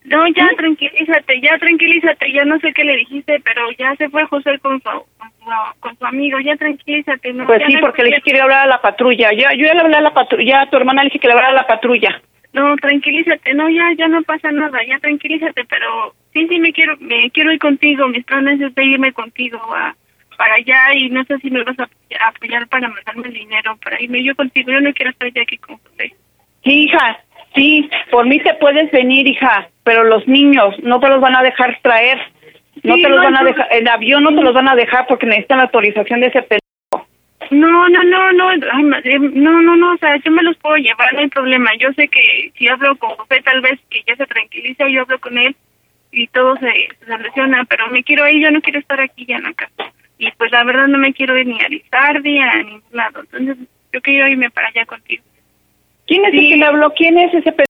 S3: No, ya tranquilízate, ya tranquilízate. Ya no sé qué le dijiste, pero ya se fue José con su, con su, con su amigo. Ya tranquilízate. No,
S7: Pues
S3: Ya
S7: sí,
S3: no-
S7: porque le dije que le hablar a la patrulla. Yo, yo ya le hablé a la patrulla, a tu hermana le dije que le hablara a la patrulla.
S3: No, tranquilízate. No, ya, ya no pasa nada. Ya tranquilízate, pero sí, sí me quiero, me quiero ir contigo. Mis planes es de irme contigo a, para allá y no sé si me vas a apoyar- apoyar para mandarme el dinero para irme yo contigo. Yo no quiero estar ya aquí con José.
S7: Sí, hija, sí, por mí te puedes venir, hija, pero los niños no te los van a dejar traer. No
S3: Sí,
S7: te los
S3: no,
S7: van a
S3: yo-
S7: dejar, el avión no te los van a dejar porque necesitan la autorización de ese pe-
S3: No, no, no, no, ay, madre, no, no, no, o sea, yo me los puedo llevar, no hay problema. Yo sé que si hablo con José, tal vez que ya se tranquiliza, yo hablo con él y todo se se soluciona, pero me quiero ir, yo no quiero estar aquí ya en la casa. Y pues la verdad no me quiero ir ni a Lizardia, a ningún lado. Entonces yo quiero irme para allá contigo.
S7: ¿Quién es el
S3: Sí.
S7: que le habló? ¿Quién es ese pe-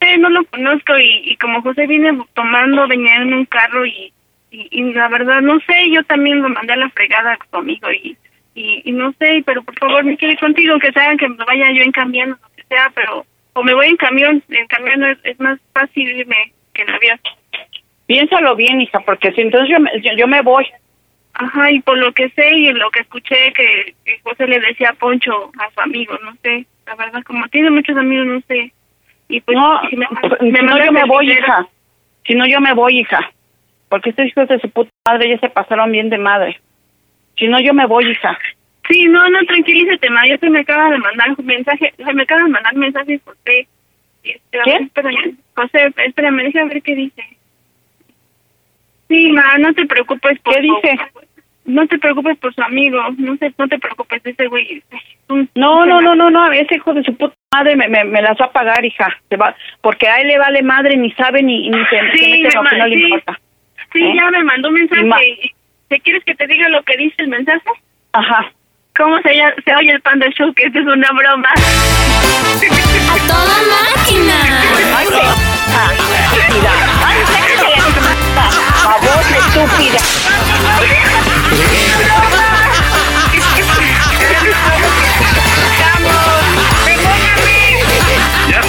S3: Eh, no lo conozco y, y como José viene tomando, venía en un carro y, y, y la verdad no sé, yo también lo mandé a la fregada conmigo y, y, y no sé, pero por favor me quiere ir contigo, que sea que me vaya yo en camión, lo que sea, pero o me voy en camión, en camión es, es más fácil irme que en avión.
S7: Piénsalo bien, hija, porque si entonces yo, me- yo, yo me voy.
S3: Ajá, y por lo que sé y lo que escuché que, que José le decía a Poncho a su amigo, no sé, la verdad, como tiene muchos amigos, no sé. Y pues
S7: No,
S3: si me-
S7: si
S3: me
S7: no
S3: mandas
S7: yo me
S3: el
S7: voy,
S3: dinero-
S7: hija. Si no yo me voy, hija. Porque estos hijos de su puta madre ya se pasaron bien de madre. Si no yo me voy, hija.
S3: Sí, no, no, tranquilízate, ma. Ya se me acaba de mandar un mensaje, se me acaba de mandar mensajes José. Este, a ver,
S7: ¿Qué?
S3: Espérame, José, espérame, déjame ver qué dice. Sí, ma, no te preocupes por
S7: ¿Qué
S3: su-
S7: dice?
S3: No te preocupes por su amigo, no sé, no te preocupes de ese güey. Ay, es un-
S7: No, no, no, no, no, ese hijo de su puta madre me, me, me las va a pagar, hija. Se va, porque a él le vale madre, ni sabe ni, ni se, se
S3: Sí,
S7: mete en lo
S3: me
S7: que no
S3: ma-
S7: le
S3: sí.
S7: importa.
S3: Sí,
S7: ¿Eh?
S3: ya me mandó un
S7: Ma-
S3: mensaje. ¿Te quieres que te diga lo que dice el mensaje?
S7: Ajá.
S3: ¿Cómo se, ya- se oye el Panda Show? Que esto es una broma.
S10: ¡A toda máquina!
S7: Ay, qué estúpida. Ay, sácate la puta. A vos, estúpida.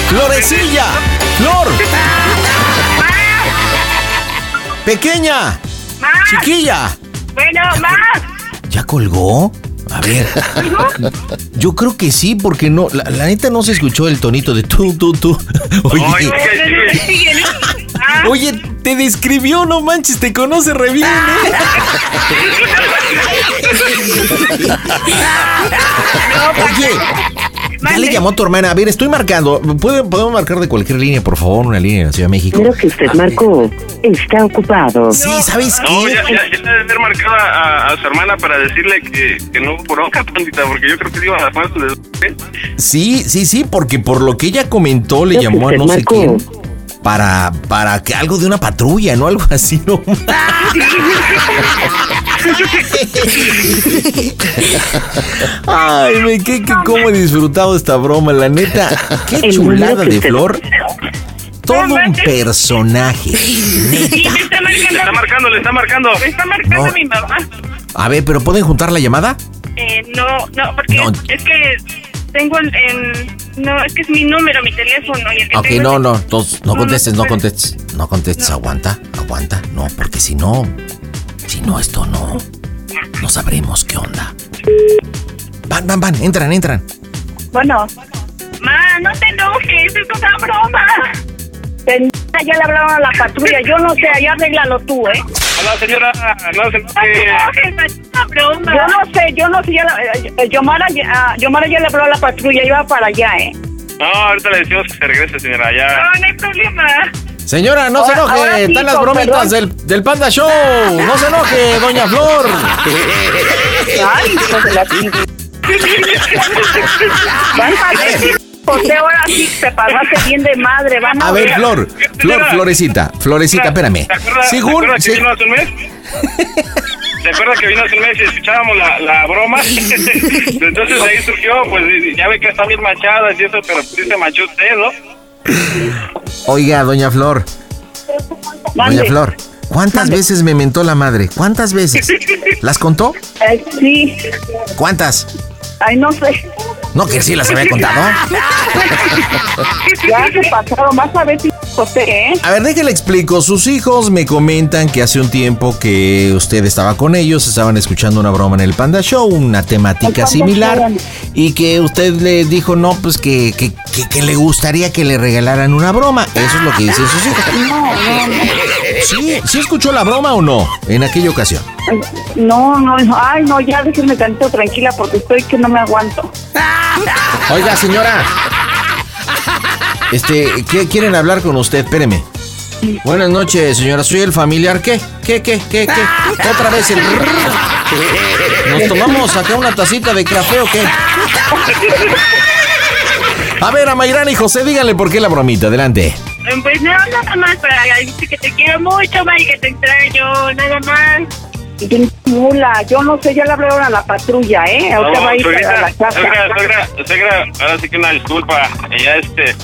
S2: ¡Florecilla! ¡Flor! ¡Pequeña!
S3: ¡Más!
S2: ¡Chiquilla!
S3: Bueno, más.
S2: ¿Ya colgó? A ver. Yo creo que sí, porque no, la, la neta no se escuchó el tonito de tú, tú, tú. Oye, oye, te describió, no manches, te conoce re bien, ¿eh? Oye, ya le llamó tu hermana. A ver, estoy marcando. ¿Puede- ¿Podemos marcar de cualquier línea, por favor? Una línea de la Ciudad de México.
S11: Creo que usted marcó. Está ocupado.
S2: Sí, ¿sabes qué?
S4: No, ya, ya, ya le debe haber marcado a, a su hermana para decirle que, que no hubo bronca, pandita, porque yo creo que sí iban a las manos de...
S2: Sí, sí, sí, porque por lo que ella comentó le
S11: Creo que
S2: llamó a
S11: usted
S2: no sé
S11: marcó.
S2: quién para para que algo de una patrulla, no algo así, no. Ay, me qué, qué cómo he disfrutado esta broma, la neta, qué
S11: El
S2: chulada
S11: número que
S2: de
S11: usted-
S2: flor. Todo un personaje.
S3: Sí, me está
S4: Le está
S3: marcando.
S4: marcando, le está marcando.
S3: Me está marcando
S2: No.
S3: mi mamá.
S2: A ver, pero ¿pueden juntar la llamada?
S3: Eh, no, no, porque
S2: No.
S3: es que tengo el, el- No, es que es mi número, mi teléfono. Y el que
S2: Ok,
S3: tengo
S2: no,
S3: es-
S2: no, entonces, no
S3: No, no
S2: contestes, no
S3: puede.
S2: contestes, no contestes,
S3: No.
S2: aguanta, aguanta, no, porque si no, si no esto no, no sabremos qué onda. Van, van, van, entran, entran.
S7: Bueno,
S3: Ma, no te enojes, es una broma.
S7: pendeja, ya le hablaron a la patrulla. Yo no sé, allá arréglalo tú, ¿eh?
S4: Hola, señora. No, se
S3: No te
S4: enoje.
S3: enojes, ma, es una broma.
S7: Yo no sé, yo no sé. Ya la- eh, eh, Yomara, ya- ah, Yomara ya le habló a la patrulla, iba para allá, ¿eh?
S4: No, ahorita le decimos que se regrese, señora. Ya.
S3: No, no hay problema.
S2: Señora, no
S7: Ahora-
S2: se
S7: ahora
S2: enoje,
S7: sí,
S2: están las
S7: con
S2: bromitas del, del Panda Show, no se enoje, doña Flor.
S7: Ay, hijo de la chingada. Van a ver, José, ahora sí te pasaste bien de madre. Van a,
S2: A ver,
S7: ver.
S2: Flor, Flor, Florecita, Florecita, espérame.
S4: ¿Te acuerdas, ¿te
S2: Según,
S4: acuerdas que
S2: se-
S4: vino hace un mes? ¿Te acuerdas que vino hace un mes y escuchábamos la, la broma? Entonces de ahí surgió, pues ya ve que está bien manchada y eso, pero sí se manchó usted, ¿no?
S2: oiga, doña Flor,
S7: Mande.
S2: doña Flor, ¿cuántas veces me mentó la madre? ¿Cuántas veces? ¿Las contó?
S7: Eh, sí,
S2: ¿Cuántas?
S7: ay, no sé.
S2: No, que sí las había contado.
S7: Ya se pasaron, vas a ver si José, ¿eh?
S2: A ver, déjale explico. Sus hijos me comentan que hace un tiempo que usted estaba con ellos, estaban escuchando una broma en el Panda Show, una temática similar, y que usted le dijo, no, pues que, que, que- que le gustaría que le regalaran una broma. Eso es lo que dicen sus hijos. Sí, ¿sí escuchó la broma o no en aquella ocasión?
S7: No, no, no, ay, no, ya déjenme tantito tranquila porque estoy que no me aguanto.
S2: Oiga, señora. Este, ¿qué- ¿quieren hablar con usted? Espéreme. Buenas noches, señora. Soy el familiar. ¿Qué? ¿Qué? ¿Qué? ¿Qué? ¿Qué? Otra vez el. ¿Nos tomamos acá una tacita de café o qué? A ver, a Mayrán y José, díganle por qué la bromita. Adelante.
S3: Pues no, nada más para decirte que te quiero mucho, May, que te extraño, nada más.
S7: Mula, yo no sé, ya le hablaron a la patrulla, ¿eh? Ahorita va a ir a la casa.
S4: Suegra, suegra, suegra, ahora sí que una disculpa. Ya este,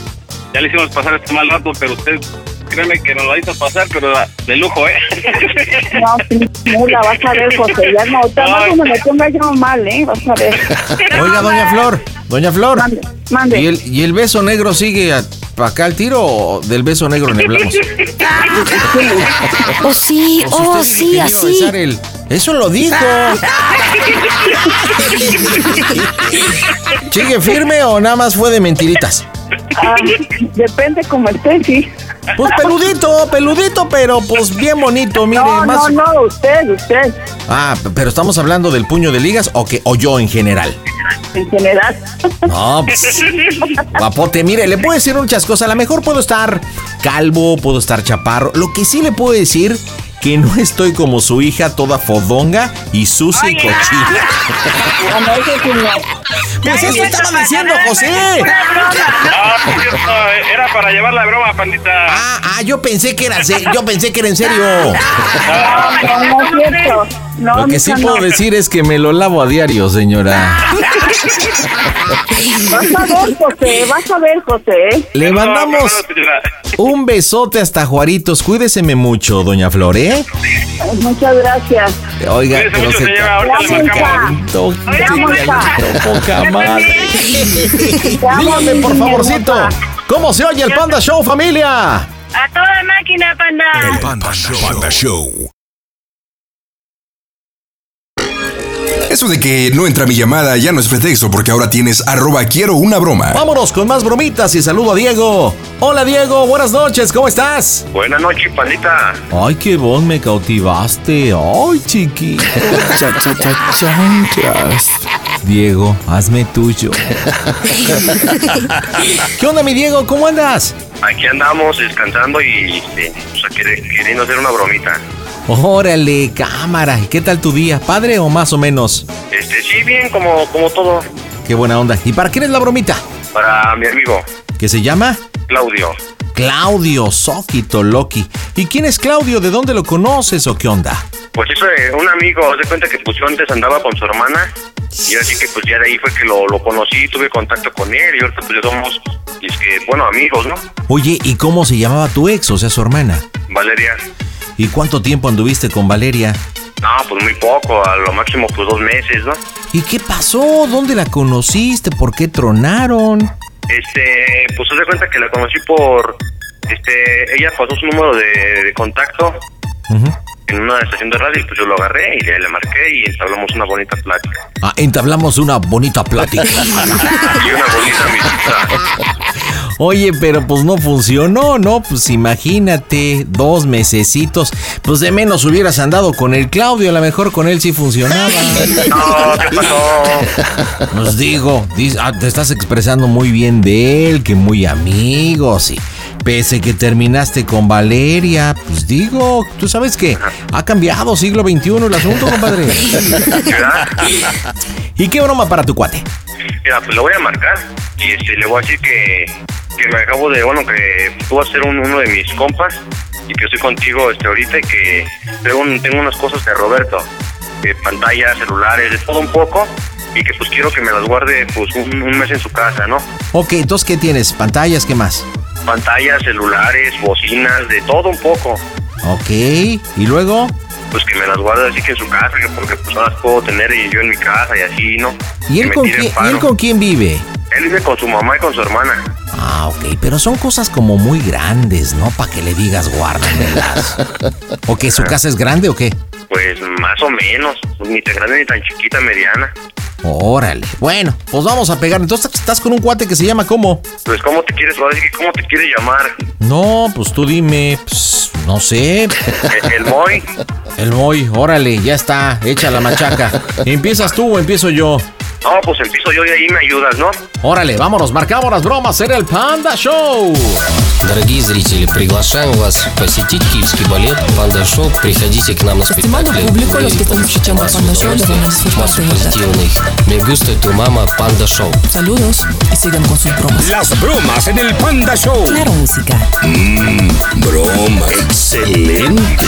S4: ya le hicimos pasar este mal rato, pero usted, créeme que nos la hizo pasar, pero la- de lujo, ¿eh?
S7: No, pinche mula, vas a ver, José, ya no, ahorita más o menos ponga yo mal, ¿eh? Vas a ver.
S2: Oiga, doña Flor. Doña Flor.
S7: mande.
S2: ¿Y el, y el beso negro sigue a- pa' acá el tiro o del beso negro le hablamos?
S10: Oh, sí,
S2: Pues
S10: oh,
S2: usted es el
S10: sí,
S2: que vino a
S10: así.
S2: besar el- Eso lo dijo. ¿Sigue firme o nada más fue de mentiritas?
S7: Ah, depende como esté, sí.
S2: Pues peludito, peludito, pero pues bien bonito, mire,
S7: No,
S2: más.
S7: no, no, usted, usted,
S2: Ah, pero estamos hablando del puño de ligas o que o yo en general.
S7: en general.
S2: No, pues, Papote, mire, le puedo decir muchas cosas. A lo mejor puedo estar calvo, puedo estar chaparro. Lo que sí le puedo decir que no estoy como su hija toda fodonga y sucia y cochina. Pues eso estaba diciendo José.
S4: No, era para llevar la broma, pandita.
S2: Ah, ah, yo pensé que era, se- yo pensé que era en serio.
S7: No, no es cierto. No,
S2: Lo que
S7: mija,
S2: sí
S7: no.
S2: puedo decir es que me lo lavo a diario, señora.
S7: Vas a ver, José, vas a ver, José.
S2: Le mandamos un besote hasta Juaritos. Cuídeseme mucho, doña Flor, ¿eh?
S7: Muchas gracias.
S2: Oiga,
S4: Cuídese
S2: pero
S4: mucho,
S2: se-
S4: señora. Ahorita le
S7: Gracias,
S4: marcamos.
S2: Toc-
S7: Hola, monja.
S2: Poca madre.
S7: Te amo,
S2: Díganme,
S7: mi
S2: por
S7: niña
S2: favorcito,
S7: hermosa.
S2: ¿cómo se oye el Panda Show, familia?
S3: A toda máquina, panda.
S6: El Panda Show. Panda Show.
S1: Eso de que no entra mi llamada ya no es pretexto porque ahora tienes arroba quiero una broma.
S2: Vámonos con más bromitas y saludo a Diego. Hola, Diego, buenas noches, ¿cómo estás?
S4: Buenas noches, pandita.
S2: Ay, qué vos me cautivaste. Ay, chiquito. Cha, cha, cha, chanclas. Diego, hazme tuyo. ¿Qué onda, mi Diego? ¿Cómo andas?
S4: Aquí andamos descansando y este, o sea, quer- queriendo hacer una bromita.
S2: Órale, cámara. ¿Y ¿Qué tal tu día? ¿Padre o más o menos?
S4: Este, sí, bien, como, como todo.
S2: Qué buena onda. ¿Y para quién es la bromita?
S4: Para mi amigo,
S2: ¿Qué se llama?
S4: Claudio.
S2: Claudio Soquito Loki. ¿Y quién es Claudio? ¿De dónde lo conoces o qué onda?
S4: Pues eso, eh, un amigo, se cuenta que pues yo antes andaba con su hermana y así que pues ya de ahí fue que lo, lo conocí, tuve contacto con él y ahorita pues ya somos, y es que, bueno, amigos, ¿no?
S2: Oye, ¿y cómo se llamaba tu ex, o sea, su hermana?
S4: Valeria.
S2: ¿Y cuánto tiempo anduviste con Valeria?
S4: No, pues muy poco, a lo máximo pues dos meses, ¿no?
S2: ¿Y qué pasó? ¿Dónde la conociste? ¿Por qué tronaron?
S4: Este, pues se cuenta que la conocí por, este, ella pasó su número de, de contacto
S2: Ujú.
S4: en una estación de radio y pues yo lo agarré y ya le marqué y entablamos una bonita plática.
S2: Ah, entablamos una bonita plática.
S4: Y una bonita amistad.
S2: Oye, pero pues no funcionó, ¿no? Pues imagínate, dos mesecitos. Pues de menos hubieras andado con el Claudio, a lo mejor con él sí funcionaba.
S4: No, ¿qué pasó?
S2: Nos digo, dis- ah, te estás expresando muy bien de él, que muy amigos y pese que terminaste con Valeria, pues digo, tú sabes que ha cambiado siglo XXI el asunto, compadre.
S4: ¿Verdad?
S2: ¿Y qué broma para tu cuate?
S4: Mira, pues le voy a marcar y este, le voy a decir que, que me acabo de, bueno, que tú vas a ser un- uno de mis compas y que estoy contigo este, ahorita y que tengo, un- tengo unas cosas de Roberto, de pantallas, celulares, de todo un poco y que pues quiero que me las guarde pues un, un mes en su casa, ¿no?
S2: Ok, entonces, ¿qué tienes? ¿Pantallas? ¿Qué más?
S4: Pantallas, celulares, bocinas, de todo un poco,
S2: Ok, y luego,
S4: pues que me las guarde así que en su casa, que porque pues no las puedo tener y yo en mi casa y así, ¿no?
S2: ¿y
S4: Que
S2: él,
S4: me
S2: con
S4: tire
S2: quién,
S4: paro.
S2: ¿y él con quién vive?
S4: Él vive con su mamá y con su hermana.
S2: Ah, ok, pero son cosas como muy grandes, ¿no? Para que le digas guárdamelas. ¿O que su casa es grande o qué?
S4: Pues más o menos, pues, ni tan grande ni tan chiquita, mediana.
S2: Órale. Bueno, pues vamos a pegar. Entonces estás con un cuate que se llama ¿cómo?
S4: Pues cómo te quieres, ahora sí que cómo te quieres llamar,
S2: No, pues tú dime. Pues, no sé.
S4: el, Eh, el boy,
S2: El Moy, órale, ya está, hecha la machaca. ¿Empiezas tú o empiezo yo?
S4: No, pues empiezo yo y ahí me ayudas, ¿no?
S2: Órale, vámonos, marcamos las bromas en el Panda Show.
S12: Дорогие зрители, приглашаем вас посетить киевский балет «Панда Шоу». Приходите к нам на спектакль.
S9: Публику los que están escuchando
S12: Массу
S9: Panda Show les
S12: удовольствия,
S9: van a disfrutar
S12: массу
S9: de verdad.
S12: позитивных. Me gusta tu mama «Панда Шоу».
S9: Saludos y sigan con sus bromas.
S6: Las bromas en el Panda Show.
S9: Claro, música.
S6: Mmm, broma. Excelente.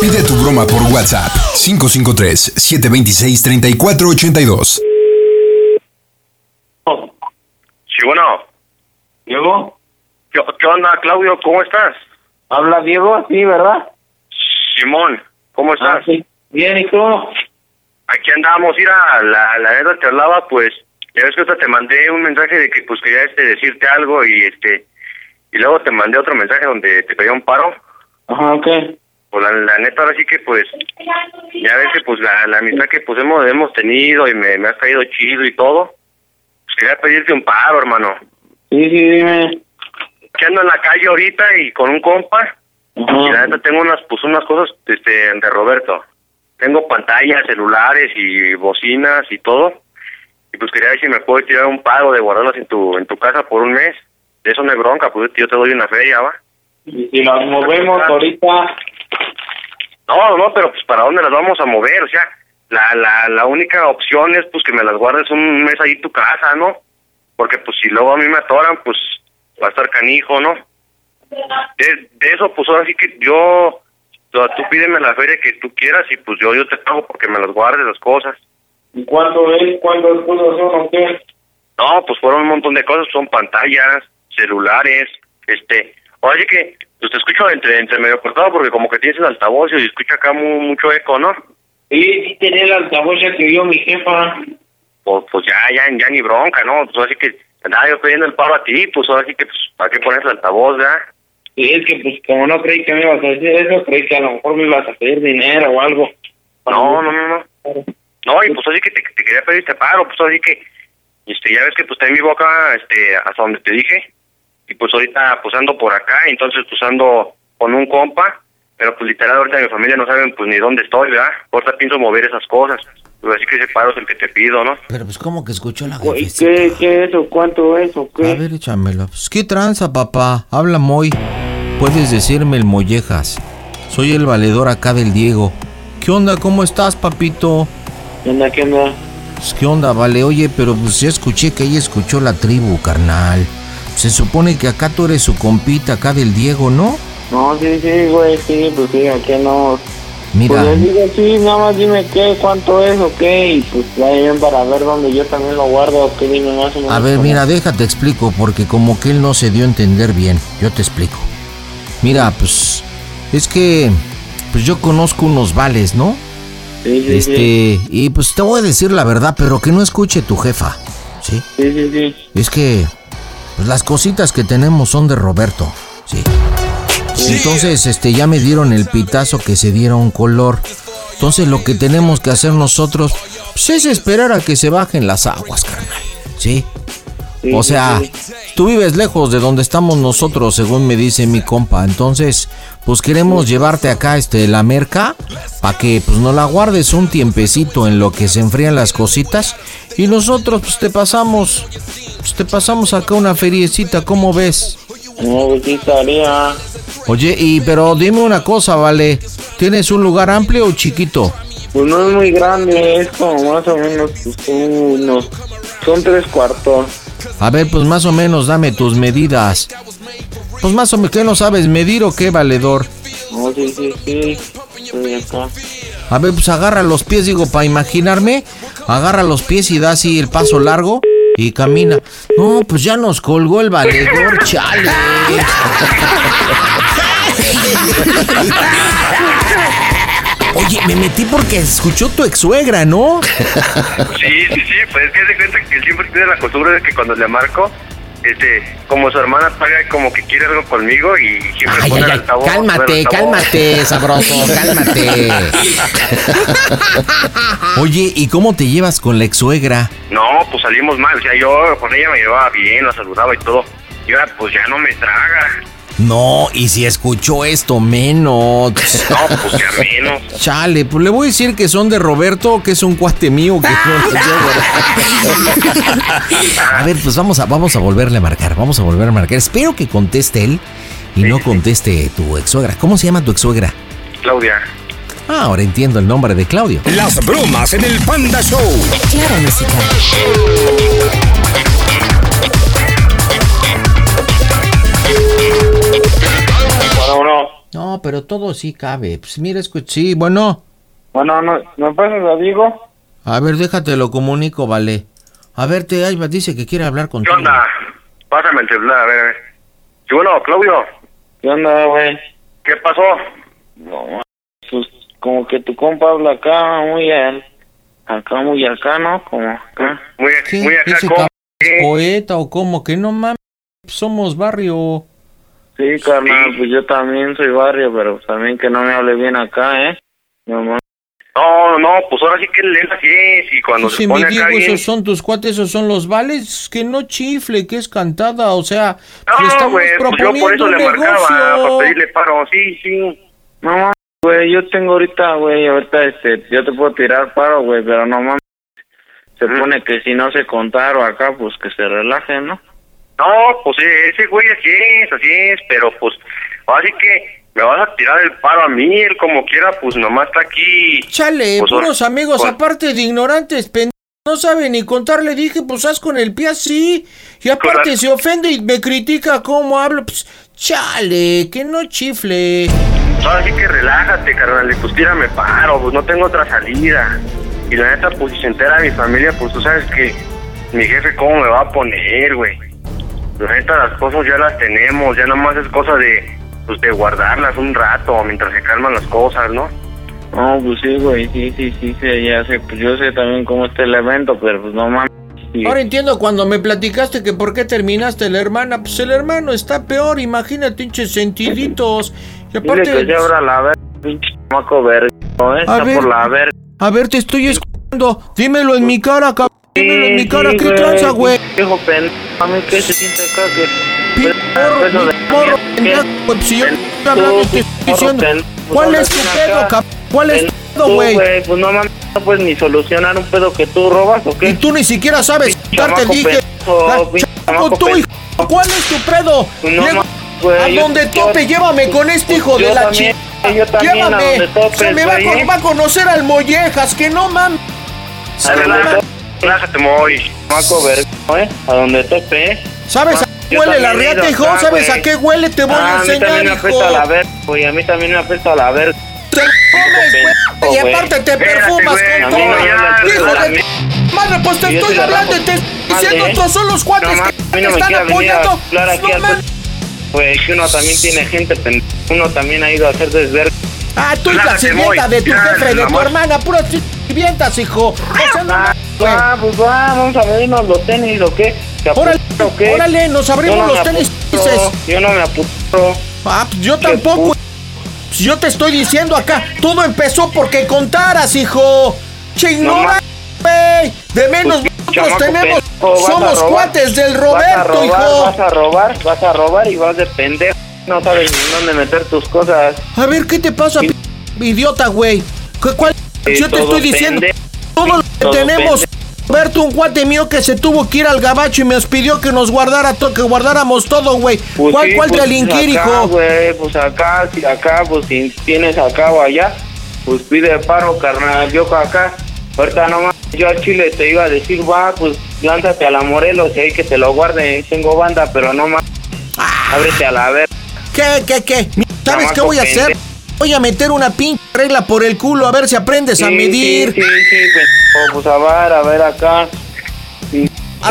S1: Pide tu broma por WhatsApp 553-726-3482.
S4: Sí, bueno. ¿Diego? ¿Qué, qué onda, Claudio? ¿Cómo estás?
S13: Habla Diego, Ah, sí, ¿verdad?
S4: Simón, ¿cómo estás?
S13: Bien, ¿y tú?
S4: Aquí andamos, mira, la, la neta te hablaba, pues, ya ves que hasta te mandé un mensaje de que, pues, quería este, decirte algo y, este, y luego te mandé otro mensaje donde te pedía un paro.
S13: Ajá, ok.
S4: Pues, la, la neta, ahora sí que, pues, ya ves que, pues, la, la amistad que, pues, hemos, hemos tenido y me, me has caído chido y todo. Pues, quería pedirte un paro, hermano.
S13: Sí, sí, dime.
S4: que ando en la calle ahorita y con un compa. Y
S13: Ah.
S4: la neta tengo unas, pues unas cosas este, de Roberto. Tengo pantallas, celulares y bocinas y todo. Y pues quería ver si me puedes tirar un pago de guardarlas en tu, en tu casa por un mes. De eso no hay bronca, pues yo te doy una feria, ¿va?
S13: Y si nos movemos ahorita,
S4: No, no, pero pues ¿para dónde las vamos a mover? O sea, la, la, la única opción es pues que me las guardes un mes ahí en tu casa, ¿no? Porque pues si luego a mí me atoran, pues va a estar canijo, ¿no? De, de eso, pues ahora sí que yo, tú tú pídeme la feria que tú quieras y pues yo, yo te pago porque me las guardes las cosas.
S13: ¿y cuándo es? ¿Cuándo es? ¿Cuándo es uno? ¿Qué?
S4: No, pues fueron un montón de cosas, son pantallas, celulares, este, oye que, pues te escucho entre, entre medio cortado porque como que tienes el altavoz y escucha acá mu- mucho eco, ¿no?
S13: Sí, sí tenía la altavoz ya que vio mi jefa.
S4: pues, pues ya, ya, ya ni bronca, ¿no? Pues ahora sí que andaba yo pidiendo el paro a ti, pues ahora sí que, pues, ¿para qué pones el altavoz, ya?
S13: Y es que, pues, como no creí que me ibas a decir eso, creí que a lo mejor me ibas a pedir dinero o algo.
S4: No, no, no, no. No, y pues así que te, te quería pedir este paro, pues así que, este, ya ves que pues también vivo acá, este, hasta donde te dije, y pues ahorita pues ando por acá, entonces pues ando con un compa, pero pues literal ahorita mi familia no saben pues ni dónde estoy, ¿verdad? Ahorita pienso mover esas cosas, pues así que ese paro es el que te pido, ¿no?
S2: Pero pues como que escuchó la
S13: ¿Y qué, qué es o cuánto es o
S2: A
S13: qué?
S2: ver, échamela. Pues, ¿Qué tranza, papá? Habla muy. Puedes decirme el mollejas. Soy el valedor acá del Diego. ¿Qué onda? ¿Cómo estás, papito?
S13: ¿Qué onda, qué onda?
S2: Pues, ¿Qué onda, vale? Oye, pero pues ya escuché que ella escuchó la tribu, carnal. Se supone que acá tú eres su compita acá del Diego, ¿no?
S13: No, sí, sí, güey, sí, pues sí, aquí no.
S2: Mira.
S13: Pues yo digo, sí, nada más dime qué, cuánto es o qué, y pues ya bien para ver dónde yo también lo guardo, o qué dime más o menos.
S2: A ver,
S13: cómo-
S2: mira, déjate explico, porque como que él no se dio a entender bien. Yo te explico. Mira, pues es que pues yo conozco unos vales, ¿no?
S13: Sí, sí, sí.
S2: Este, y pues te voy a decir la verdad, pero que no escuche tu jefa, ¿sí?
S13: Sí, sí, sí.
S2: Es que pues las cositas que tenemos son de Roberto, sí. Entonces, este, ya me dieron el pitazo que se diera un color. Entonces, lo que tenemos que hacer nosotros pues, es esperar a que se bajen las aguas, carnal, ¿sí?
S13: Sí,
S2: O
S13: sí,
S2: sea,
S13: sí.
S2: tú vives lejos de donde estamos nosotros, según me dice mi compa. Entonces, pues queremos llevarte acá este la merca para que pues no la guardes un tiempecito en lo que se enfrían las cositas y nosotros pues te pasamos pues, te pasamos acá una feriecita, ¿cómo ves?
S13: No, pues sí estaría.
S2: Oye, y pero dime una cosa, vale, ¿tienes un lugar amplio o chiquito?
S13: Pues no es muy grande, es como más o menos pues, unos. Son tres cuartos.
S2: A ver, pues más o menos dame tus medidas. Pues más o menos, ¿qué no sabes medir o qué, valedor?
S13: No, sí, sí, sí. Estoy acá.
S2: A ver, pues agarra los pies, digo, para imaginarme. Agarra los pies y da así el paso largo y camina. No, pues ya nos colgó el valedor, chale. Oye, me metí porque escuchó tu ex suegra, ¿no?
S4: Sí, sí, sí, pues es que se cuenta que él siempre tiene la costumbre de que cuando le marco, este, como su hermana paga como que quiere algo conmigo y siempre
S2: Ay,
S4: pone
S2: ay,
S4: el
S2: ay,
S4: altavoz, pone
S2: cálmate,
S4: el altavoz.
S2: cálmate, sabroso, cálmate. Oye, ¿y cómo te llevas con la ex suegra?
S4: No, pues salimos mal, o sea, yo con ella me llevaba bien, la saludaba y todo. Y ahora pues ya no me traga.
S5: No, y si escuchó esto,
S4: No,
S5: menos.
S4: pues ya menos.
S5: Chale, pues le voy a decir que son de Roberto, que es un cuate mío, que no- A ver, pues vamos a, vamos a volverle a marcar, vamos a volver a marcar. Espero que conteste él y no conteste tu ex-suegra. ¿Cómo se llama tu ex-suegra?
S4: Claudia.
S5: Ah, ahora entiendo el nombre de Claudio.
S6: Las bromas en el Panda Show.
S2: Claro, música.
S13: Bueno, bueno.
S5: No, pero todo sí cabe. Pues mira, escucha. Sí, bueno.
S13: Bueno, no, ¿me pasas a Diego?
S5: A ver, déjate, lo comunico, vale. A ver, te Ayba, dice que quiere hablar
S4: ¿Qué
S5: contigo.
S4: onda? Pásame el celular, a ver, a ver. Sí, bueno, Claudio.
S13: ¿Qué onda, güey?
S4: ¿Qué pasó?
S13: No, pues como que tu compa habla acá, muy al- acá, muy acá, ¿no? Como acá.
S4: Muy,
S5: ¿Qué? ¿Ese cabrón es poeta o cómo? Que no mames, somos barrio.
S13: Sí, carnal, pues yo también soy barrio, pero pues también que no me hable bien acá, ¿eh? No, mames.
S4: No, no, pues ahora sí que él así es. Y cuando se
S5: Dice mi
S4: pone acá
S5: Diego,
S4: bien...
S5: esos son tus cuates, esos son los vales, que no chifle, que es cantada, o sea, le
S4: No,
S5: estamos
S4: güey, pues yo
S5: proponiendo
S4: por eso
S5: un
S4: le marcaba,
S5: negocio.
S4: para pedirle paro. Sí, sí.
S13: No mames, güey, yo tengo ahorita, güey, ahorita este, yo te puedo tirar paro, güey, pero no mames. Se pone que si no se contaron acá, pues que se relajen, ¿no?
S4: No, pues ese güey así es, así es, pero pues ahora sí que me vas a tirar el paro a mí, él como quiera, pues nomás está aquí.
S5: Chale,
S4: Pues,
S5: Eh, puros
S4: ahora-
S5: amigos,
S4: pues,
S5: aparte de ignorantes, pend... no sabe ni contar, le dije, pues haz con el pie así, y aparte se ofende y me critica cómo hablo, pues chale, que no chifle.
S4: Pues Ahora sí que relájate, carnal, y pues tírame paro, pues no tengo otra salida. Y la neta, pues si se entera mi familia, pues tú sabes que mi jefe cómo me va a poner, güey. La neta, las cosas ya las tenemos, ya nomás es cosa de, pues, de guardarlas un rato mientras se calman las cosas, ¿no?
S13: No, pues sí, güey, sí, sí, sí, sí, ya sé, pues yo sé también cómo está el evento, pero pues no mames. sí.
S5: Ahora entiendo cuando me platicaste que por qué terminaste la hermana. Pues el hermano está peor, imagínate, hinches sentiditos. Y
S13: Dile que
S5: aparte,
S13: se abra la verga, pinche chamaco verga, ¿no? está
S5: ver.
S13: por la verga.
S5: a ver, te estoy escuchando. Dímelo en mi cara, cabrón. Dímelo en mi cara, ¿qué tranza, güey?
S13: Hijo pendejo, a mí que se siente acá que... pues, Eso de-
S5: Morro, pendejo, güey, pues si yo estoy hablando, te estoy diciendo.
S13: pues
S5: ¿Cuál es tu pedo, cabrón? ¿Cuál es tu pedo,
S13: Tú,
S5: güey?
S13: Pues no mames, no puedes ni solucionar un pedo que tú robas, ¿o qué?
S5: Y tú ni siquiera sabes. Te
S13: chamaco
S5: dije.
S13: pendejo,
S5: ah,
S13: pinche
S5: chamaco,
S13: chamaco
S5: tú, hijo, ¿Cuál es tu pedo?
S13: No
S5: Le-
S13: mames, güey,
S5: A
S13: yo-
S5: donde
S13: yo-
S5: tope, llévame con este hijo
S13: yo
S5: de la
S13: también,
S5: chica.
S13: yo también, a
S5: Llévame.
S13: donde topes,
S5: Se me va a,
S13: güey,
S5: con-
S13: ¿eh?
S5: va a conocer al Mollejas, que no mames.
S13: A ver,
S5: Relájate.
S4: Relájate, Moy.
S13: Chamaco verga, ¿eh? A donde tope, ¿eh?
S5: ¿Sabes a qué
S13: Yo
S5: huele la
S13: también he ido
S5: riata, hijo?
S13: acá,
S5: ¿Sabes a
S13: güey.
S5: qué huele? Te voy
S13: Ah,
S5: a
S13: A
S5: enseñar,
S13: mí también me
S5: hijo.
S13: apesta a la verga, güey. A mí también me apesta a la verga.
S5: Te comes, güey. Y
S13: güey.
S5: aparte te
S13: Espérate,
S5: perfumas
S13: güey,
S5: con
S13: a mí no
S5: todo.
S13: me hablas de
S5: Hijo
S13: la
S5: de tu madre, pues te
S13: Yo
S5: estoy
S13: soy la
S5: hablando y
S13: Rafa,
S5: te estoy
S13: madre,
S5: diciendo,
S13: ¿eh?
S5: estos son los cuates
S13: mames, a
S5: que
S13: mí no
S5: te
S13: me
S5: están
S13: quieras venir a
S5: apoyando.
S13: hablar aquí
S5: No
S13: al
S5: mames.
S13: Güey, Pues, que uno también tiene gente, pen- uno también ha ido a hacer desvergüenza.
S5: Ah, tú y la
S13: Relájate,
S5: sirvienta
S13: voy.
S5: de tu
S13: Ya,
S5: jefe, de
S13: la
S5: tu
S13: madre.
S5: hermana, puras sirvientas, hijo. O sea, no mames, güey.
S13: Ah, pues va, vamos a abrirnos los tenis, ¿o qué? ¿Te
S5: Órale,
S13: apuesto, o qué?
S5: órale, nos abrimos
S13: Yo no
S5: los
S13: me
S5: tenis,
S13: apuesto,
S5: dices.
S13: Yo no me apuro.
S5: Ah, pues yo tampoco. Pues yo te estoy diciendo acá, todo empezó porque contaras, hijo.
S13: No
S5: Chingona,
S13: mames.
S5: güey. De menos
S13: Pues,
S5: nosotros
S13: chamaco
S5: tenemos.
S13: pendejo, vas a
S5: somos
S13: robar,
S5: cuates del
S13: vas a
S5: Roberto,
S13: robar,
S5: hijo.
S13: Vas a robar, vas a robar y vas de pendejo. No sabes ni dónde meter tus cosas.
S5: A ver, ¿qué te pasa, p- idiota, güey? ¿Cu- ¿Cuál?
S13: Sí,
S5: Yo te
S13: todo
S5: estoy diciendo.
S13: pendejo.
S5: Todo lo que
S13: Todo
S5: tenemos.
S13: pendejo.
S5: Roberto, un cuate mío que se tuvo que ir al gabacho y me pidió que nos guardara to- que guardáramos todo, güey.
S13: Pues
S5: ¿Cuál,
S13: sí,
S5: cuál
S13: pues
S5: delinquir,
S13: acá,
S5: hijo?
S13: güey, pues acá, si acá, pues si tienes acá o allá, pues pide paro, carnal. Yo acá, ahorita nomás, yo al Chile te iba a decir, va, pues lánzate a la Morelos, y ahí que te lo guarden. Tengo banda, pero no más.
S5: Ah,
S13: Ábrete a la ver.
S5: ¿Qué, qué, qué? ¿Sabes qué
S13: Chamaco
S5: voy a hacer?
S13: pendejo.
S5: Voy a meter una pinche regla por el culo a ver si aprendes a
S13: Sí,
S5: medir.
S13: Sí, sí, sí, pendejo, pues a ver, a ver acá.
S5: A
S13: Que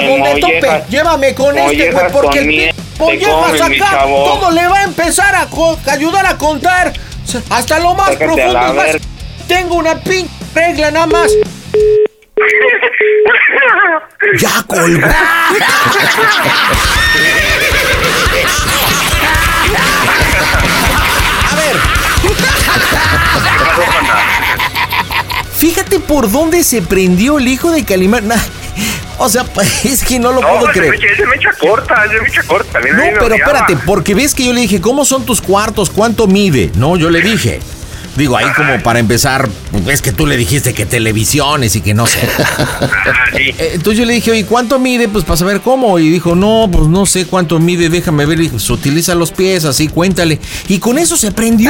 S5: donde tope,
S13: mollejas.
S5: llévame con este, güey,
S13: Mollejas
S5: porque
S13: con
S5: el
S13: miel,
S5: pi-
S13: te
S5: mollejas
S13: comen, mi
S5: acá,
S13: chavo.
S5: todo le va a empezar a co- a ayudar a contar. Se- Hasta lo más
S13: Sácate a
S5: profundo.
S13: la
S5: es más,
S13: verga.
S5: tengo una pinche regla nada más. Ya colgó. Fíjate por dónde se prendió el hijo de Calimán. Nah,
S2: O sea, es que no lo
S4: No,
S2: puedo
S4: es de
S2: creer.
S4: mecha, es de mecha corta, es de mecha corta. También
S2: No,
S4: a mí me
S2: pero
S4: odiaba.
S2: espérate, porque ves que yo le dije, ¿cómo son tus cuartos? ¿Cuánto mide? No, yo le dije. Digo, ahí como para empezar, pues, ves que tú le dijiste que televisiones y que no sé.
S4: Ah,
S2: Eh, Entonces yo le dije, oye, ¿cuánto mide? Pues para saber cómo. Y dijo, no, pues no sé cuánto mide, déjame ver. Y dijo, se utiliza los pies, así, cuéntale. Y con eso se prendió.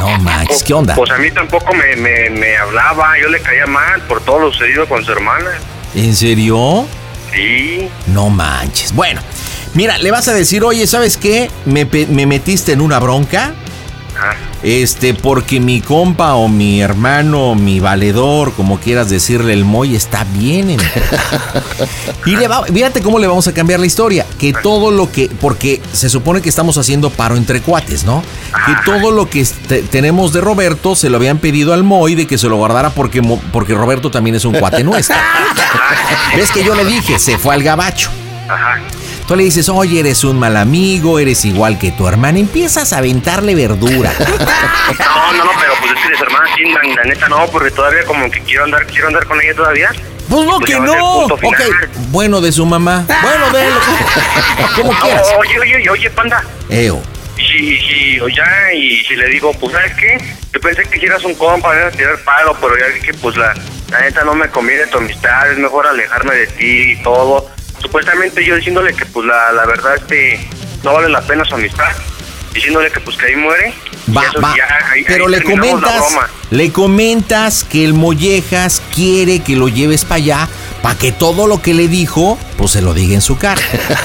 S2: No, Max, ¿qué onda?
S4: Pues a mí tampoco me, me, me hablaba, yo le caía mal por todo lo sucedido con su hermana.
S2: ¿En serio?
S4: Sí.
S2: No manches. Bueno, mira, le vas a decir, oye, ¿sabes qué? Me, pe- me metiste en una bronca. Este, porque mi compa o mi hermano, o mi valedor, como quieras decirle, el moy está bien. en- y le va- fíjate cómo le vamos a cambiar la historia. Que todo lo que, porque se supone que estamos haciendo paro entre cuates, ¿no? Que todo lo que este- tenemos de Roberto se lo habían pedido al moy de que se lo guardara porque, mo- porque Roberto también es un cuate nuestro. ¿Ves que yo le dije? Se fue al gabacho. Tú le dices, oye, eres un mal amigo, eres igual que tu hermana. Empiezas a aventarle verdura.
S4: No, no, no, pero pues es que mis hermanas sí, la, la neta no, porque todavía como que quiero andar, quiero andar con ella todavía.
S2: Pues no,
S4: Pues
S2: que
S4: ya va a ser
S2: no.
S4: punto
S2: Ok,
S4: final.
S2: bueno de su mamá. Bueno de él. Como
S4: No,
S2: quieras.
S4: Oye, oye, oye, panda.
S2: Eo.
S4: Y si, si, o ya, y si le digo, pues, ¿sabes qué? Yo pensé que eras un compa, me ibas a tirar palo, pero ya vi que, pues, la, la neta no me conviene tu amistad, es mejor alejarme de ti y todo. Supuestamente yo diciéndole que, pues, la, la verdad, este, no vale la pena su amistad. Diciéndole que, pues, que ahí muere.
S2: Va,
S4: Y eso
S2: va.
S4: ya, ahí- ahí
S2: Pero le
S4: terminamos la
S2: comentas,
S4: broma.
S2: le comentas que el mollejas quiere que lo lleves para allá para que todo lo que le dijo, pues se lo diga en su cara.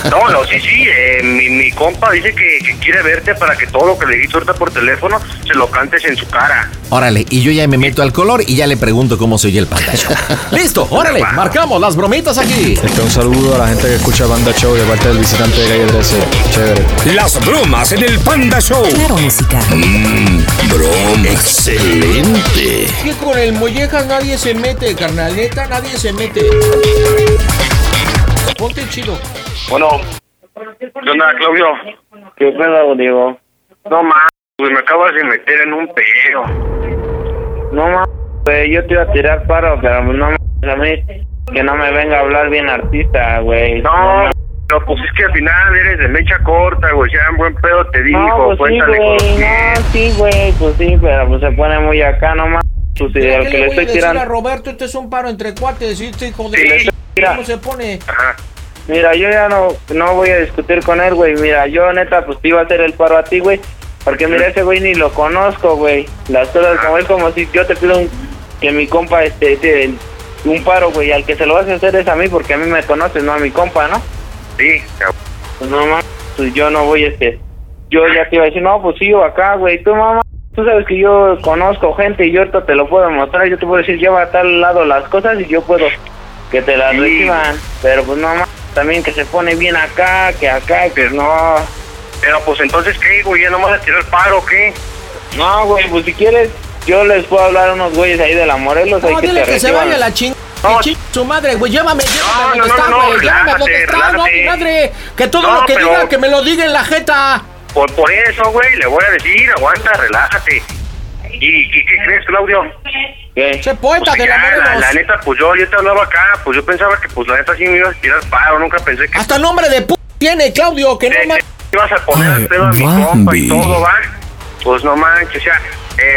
S4: No, no, sí, sí. eh, mi, mi compa dice que, que quiere verte para que todo lo que le dijiste ahorita por teléfono se lo cantes en su cara.
S2: Órale, y yo ya me meto al color y ya le pregunto cómo se oye el pantallo. Listo, órale, marcamos las bromitas aquí.
S14: Este, un saludo a la gente que escucha Banda Show de parte del visitante de calle 13. Chévere.
S6: Las bromas en el Panda Show. Claro, música. Mmm, broma. Excelente.
S2: Que con el mollejas nadie se mete, carnaleta, nadie se mete. Ponte chido.
S4: Bueno, ¿qué onda, Claudio? ¿Qué pedo, Diego? No mames, güey, pues, me acabas de meter en un pedo.
S13: No mames, güey, yo te iba a tirar paro, pero no mames, a mí que no me venga a hablar bien artista, güey.
S4: No, pero pues es que al final eres de mecha corta, güey. Ya en buen pedo te digo,
S13: No, pues sí,
S4: cuéntale con los
S13: güey,
S4: pies.
S13: no, sí, güey, pues sí, pero pues se pone muy acá, no mames. Pues si al que le estoy tirando...
S2: Roberto? Este es un paro entre cuates, este
S13: pues,
S2: hijo de... ¿Cómo se pone?
S13: Mira, yo ya no, no voy a discutir con él, güey. Mira, yo neta, pues te iba a hacer el paro a ti, güey. Porque mira, ese güey ni lo conozco, güey. Las cosas como es como si yo te pido un- que mi compa, este, te- un paro, güey. Al que se lo vas a hacer es a mí, porque a mí me conoces, no a mi compa, ¿no?
S4: Sí, cabrón.
S13: Pues no mames, pues yo no voy, este. Yo ya te iba a decir, no, pues sigo acá, güey. Tú, mamá, tú sabes que yo conozco gente y yo ahorita te lo puedo mostrar. Yo te puedo decir, lleva a tal lado las cosas y yo puedo que te las
S4: Sí.
S13: reciban. Pero pues no mames, también que se pone bien acá, que acá, que no.
S4: Pero pues entonces, ¿qué, güey? ¿Ya no vas a tirar paro o qué?
S13: No, güey, pues si quieres, yo les puedo hablar a unos güeyes ahí de la Morelos. ahí
S2: No,
S13: que
S2: dile
S13: te
S2: que se
S13: reciban.
S2: vaya la ching... que ching- Su madre, güey, llévame, llévame
S13: no,
S2: donde
S13: no,
S2: está,
S13: no,
S2: güey, llévame
S4: relájate,
S2: donde está, no,
S4: relájate.
S2: madre, que todo
S4: No,
S2: lo que
S4: pero-
S2: diga, que me lo diga en la jeta.
S4: Por, por eso, güey, le voy a decir, aguanta, relájate. ¿Y, y qué crees, Claudio?
S2: Se poeta
S4: Pues
S2: de la
S4: ya, la,
S2: Morelos.
S4: la neta, pues yo, yo te hablaba acá, pues yo pensaba que pues la neta sí me ibas a tirar paro, nunca pensé
S13: Ah,
S4: que
S2: Hasta nombre de p tiene, Claudio, que no más.
S4: ibas a poner al pedo a mi compa y todo, va. Pues no manches, o sea,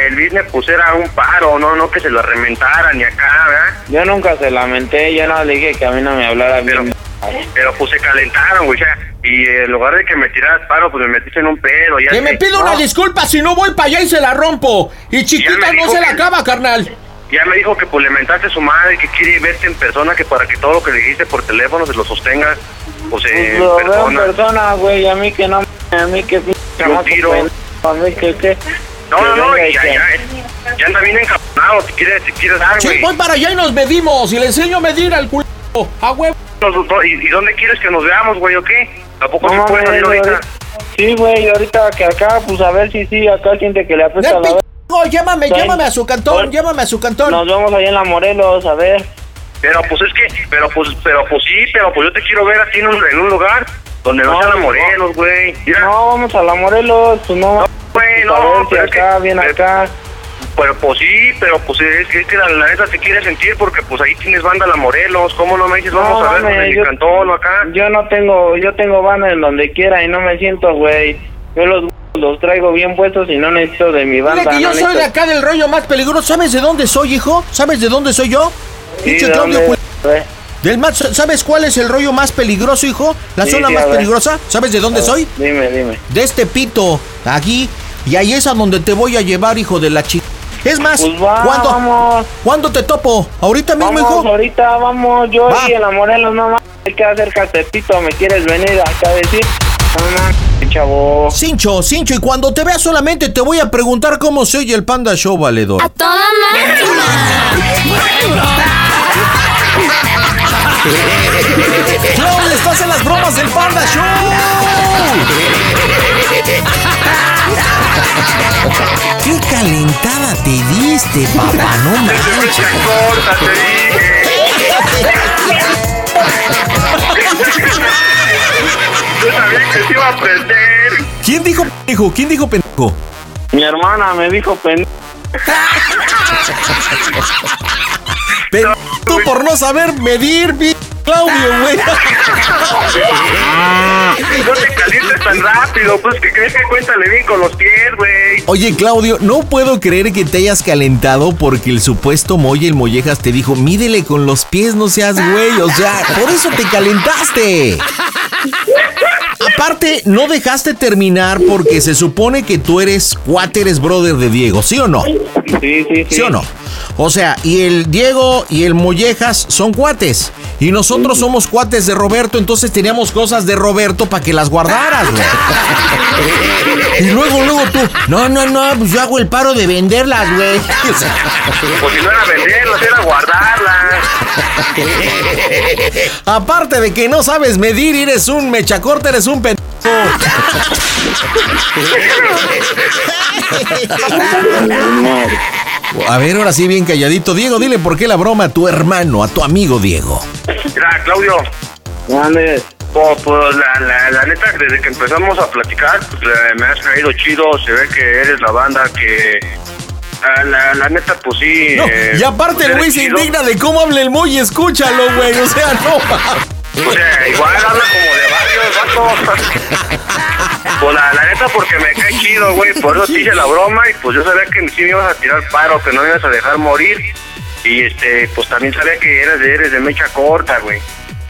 S4: el business pues era un paro, no, no que se lo arrementaran ni acá, ¿verdad?
S13: Yo nunca se lamenté, yo no le dije que a mí no me hablara bien.
S4: Pero pues se calentaron, güey, o sea, y en lugar de que me tiraras paro, pues me metiste en un pedo. Ya
S2: Que me
S4: pido
S2: pido una disculpa si no voy para allá y se la rompo. Y chiquita no
S4: dijo
S2: se la
S4: que-
S2: acaba, carnal.
S4: Ya me dijo que pues le mentaste a su madre, que quiere verte en persona, que para que todo lo que le dijiste por teléfono se lo sostenga, pues
S13: Pues
S4: en
S13: lo veo en
S4: persona.
S13: persona, güey, a mí que no, a mí que pinche chamaco
S4: tiro.
S13: pendejo, a mí que qué.
S4: No,
S13: que
S4: no, no,
S13: venga
S4: ya,
S13: y
S4: ya,
S13: que-
S4: ya, anda bien encabronado, te quiere, te quiere dar,
S2: Sí,
S4: güey.
S2: voy para allá y nos medimos. Y le enseño a medir al culo. A huevo.
S4: Nos- no, ¿Y, y dónde quieres que nos veamos, güey, o qué? Tampoco
S13: No,
S4: se puede salir
S13: güey,
S4: ahorita.
S13: ahorita- Sí, güey, ahorita que acá, pues a ver si sí, acá siente que le apesta
S2: Ya,
S13: Pues la verga. Pues,
S2: pingo, llévame,
S13: Traen-
S2: llévame a su cantón,
S13: Ahora-
S2: llévame a su cantón.
S13: Nos vemos ahí en la Morelos, a ver.
S4: Pero pues es que, pero pues, pero pues sí, pero pues yo te quiero ver así en un, en un lugar donde no,
S13: No,
S4: sean
S13: no.
S4: morenos, güey. Mira,
S13: No, vamos a la Morelos, pues no. pues,
S4: güey,
S13: a
S4: no,
S13: ver si
S4: pero es que- eh,
S13: acá, bien acá.
S4: Pero pues sí, pero pues es, es que la, la neta te quiere sentir porque pues ahí tienes banda La Morelos, ¿cómo no me dices? Vamos
S13: No,
S4: a ver,
S13: mame,
S4: pues, en
S13: yo-
S4: el cantón o acá.
S13: Yo no tengo, yo tengo banda en donde quiera y no me siento, güey. Yo los los traigo bien puestos y no necesito de mi banda.
S2: Mira que
S13: no
S2: yo soy
S13: necesito-
S2: de acá del rollo más peligroso. ¿Sabes de dónde soy, hijo? ¿Sabes de dónde soy yo?
S13: Sí,
S2: Pinche
S13: ¿de
S2: Claudio
S13: dónde
S2: Cul- Del más, ¿Sabes cuál es el rollo más peligroso, hijo? ¿La
S13: Sí,
S2: zona
S13: sí,
S2: más
S13: a ver.
S2: peligrosa? ¿Sabes de dónde
S13: A ver,
S2: soy?
S13: Dime, dime.
S2: De este pito, aquí. Y ahí es a donde te voy a llevar, hijo de la chica. Es más,
S13: Pues va,
S2: ¿cuándo,
S13: vamos.
S2: ¿cuándo te topo? ¿Ahorita mismo,
S13: Vamos,
S2: hijo?
S13: ahorita vamos, yo
S2: Va.
S13: y el Morelos, no mames, hay que hacer catepito, ¿me quieres venir acá a decir? No mames, chavo.
S2: Cincho, Cincho, y cuando te vea solamente te voy a preguntar cómo se oye el Panda Show, valedor.
S10: Toda
S2: ¡Claudio, estás en las bromas del Panda Show! ¡Qué calentada te diste, papá! ¡No manches! ¿Quién dijo pendejo? ¿Quién dijo pendejo?
S13: Mi hermana me dijo pendejo.
S2: Pero tú por no saber medir, mi Claudio, güey.
S4: No te calientes tan rápido, pues que crees que cuéntale bien con los pies, güey.
S2: Oye, Claudio, no puedo creer que te hayas calentado porque el supuesto Moy el Mollejas te dijo, mídele con los pies, no seas güey. O sea, por eso te calentaste. Aparte, no dejaste terminar porque se supone que tú eres cuate, eres brother de Diego, ¿sí o no?
S13: Sí, sí, sí.
S2: ¿Sí o no? O sea, y el Diego y el Mollejas son cuates. Y nosotros somos cuates de Roberto, entonces teníamos cosas de Roberto para que las guardaras, güey. Y luego, luego tú, no, no, no, pues yo hago el paro de venderlas, güey. O sea,
S4: Pues si no era venderlas, era guardarlas.
S2: aparte de que no sabes medir, eres un mechacorte, eres un pendejo. A ver, ahora sí, bien calladito. Diego, dile por qué la broma a tu hermano, a tu amigo Diego.
S4: Mira, Claudio. Oh, pues la, la, la neta, desde que empezamos a platicar, pues, eh, me has caído chido, se ve que eres la banda que... ah, La, la neta, pues sí...
S2: No,
S4: eh,
S2: y aparte
S4: pues,
S2: el
S4: eres
S2: güey se
S4: chido.
S2: indigna de cómo habla el Moy, escúchalo, güey. O sea, no.
S4: O sea, igual habla como de varios vatos. Pues la, la neta, porque me cae chido, güey. Por eso te hice la broma y pues yo sabía que sí me ibas a tirar paro, que no me ibas a dejar morir. Y este, pues también sabía que eras de, eres de mecha corta, güey.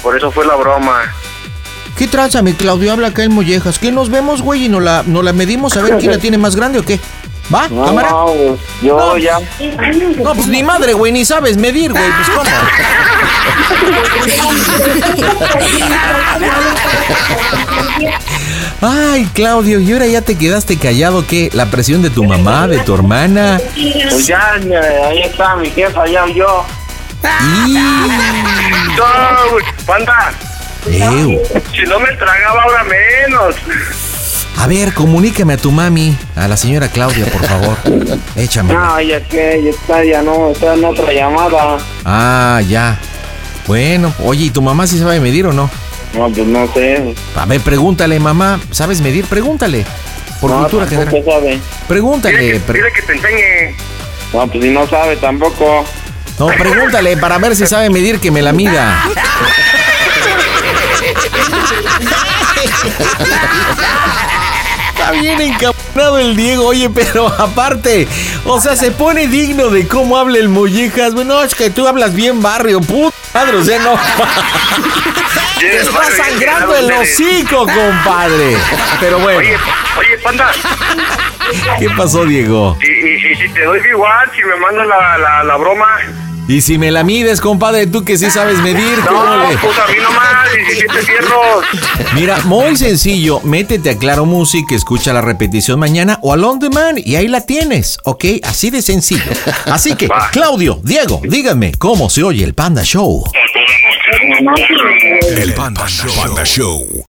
S4: Por eso fue la broma.
S2: ¿Qué tranza, mi Claudio? Habla acá el Mollejas. ¿Qué nos vemos, güey? ¿Y nos la, nos la medimos a ver quién la tiene más grande o qué? ¿Va?
S13: No,
S2: ¿Cámara?
S13: no, güey, yo
S2: No.
S13: ya.
S2: No, pues ni madre, güey, ni sabes medir, güey. Pues cómo. Ay, Claudio, y ahora ya te quedaste callado, ¿qué? ¿La presión de tu mamá, de tu hermana?
S13: Pues ya, eh, ahí está mi jefa, ya yo.
S4: No, güey, banda.
S2: Ew.
S4: Si no me tragaba ahora menos.
S2: A ver, comunícame a tu mami, a la señora Claudia, por favor. Échame.
S13: No, ya que, ya está, ya no, está en otra llamada.
S2: Ah, ya. Bueno, oye, ¿y tu mamá sí sabe medir o no?
S13: No, pues no sé.
S2: A ver, pregúntale, mamá. ¿Sabes medir? Pregúntale. Por
S13: no,
S2: cultura
S13: tampoco
S2: general.
S13: sabe.
S2: Pregúntale. pre-
S4: Dile que te enseñe.
S13: No, pues si no sabe tampoco.
S2: no, pregúntale para ver si sabe medir que me la mida. Está bien encabronado el Diego, oye, pero aparte, o sea, se pone digno de cómo habla el Mollejas. Bueno, es que tú hablas bien barrio, puta madre, o sea, no. Te está sangrando el hocico, compadre. Pero bueno,
S4: Oye, panda.
S2: ¿qué pasó, Diego?
S4: Y, y- y si te doy igual, si me mandas la, la, la broma.
S2: Y si me la mides, compadre, tú que sí sabes medir, ¿cómo
S4: No,
S2: le?
S4: pues a mí nomás, 17 fierros.
S2: Mira, muy sencillo, métete a Claro Music, escucha la repetición mañana o al On Demand y ahí la tienes, ¿ok? Así de sencillo. Así que, Claudio, Diego, díganme, ¿cómo se oye el Panda Show?
S10: máquina.
S15: El Panda, Show. Panda Show.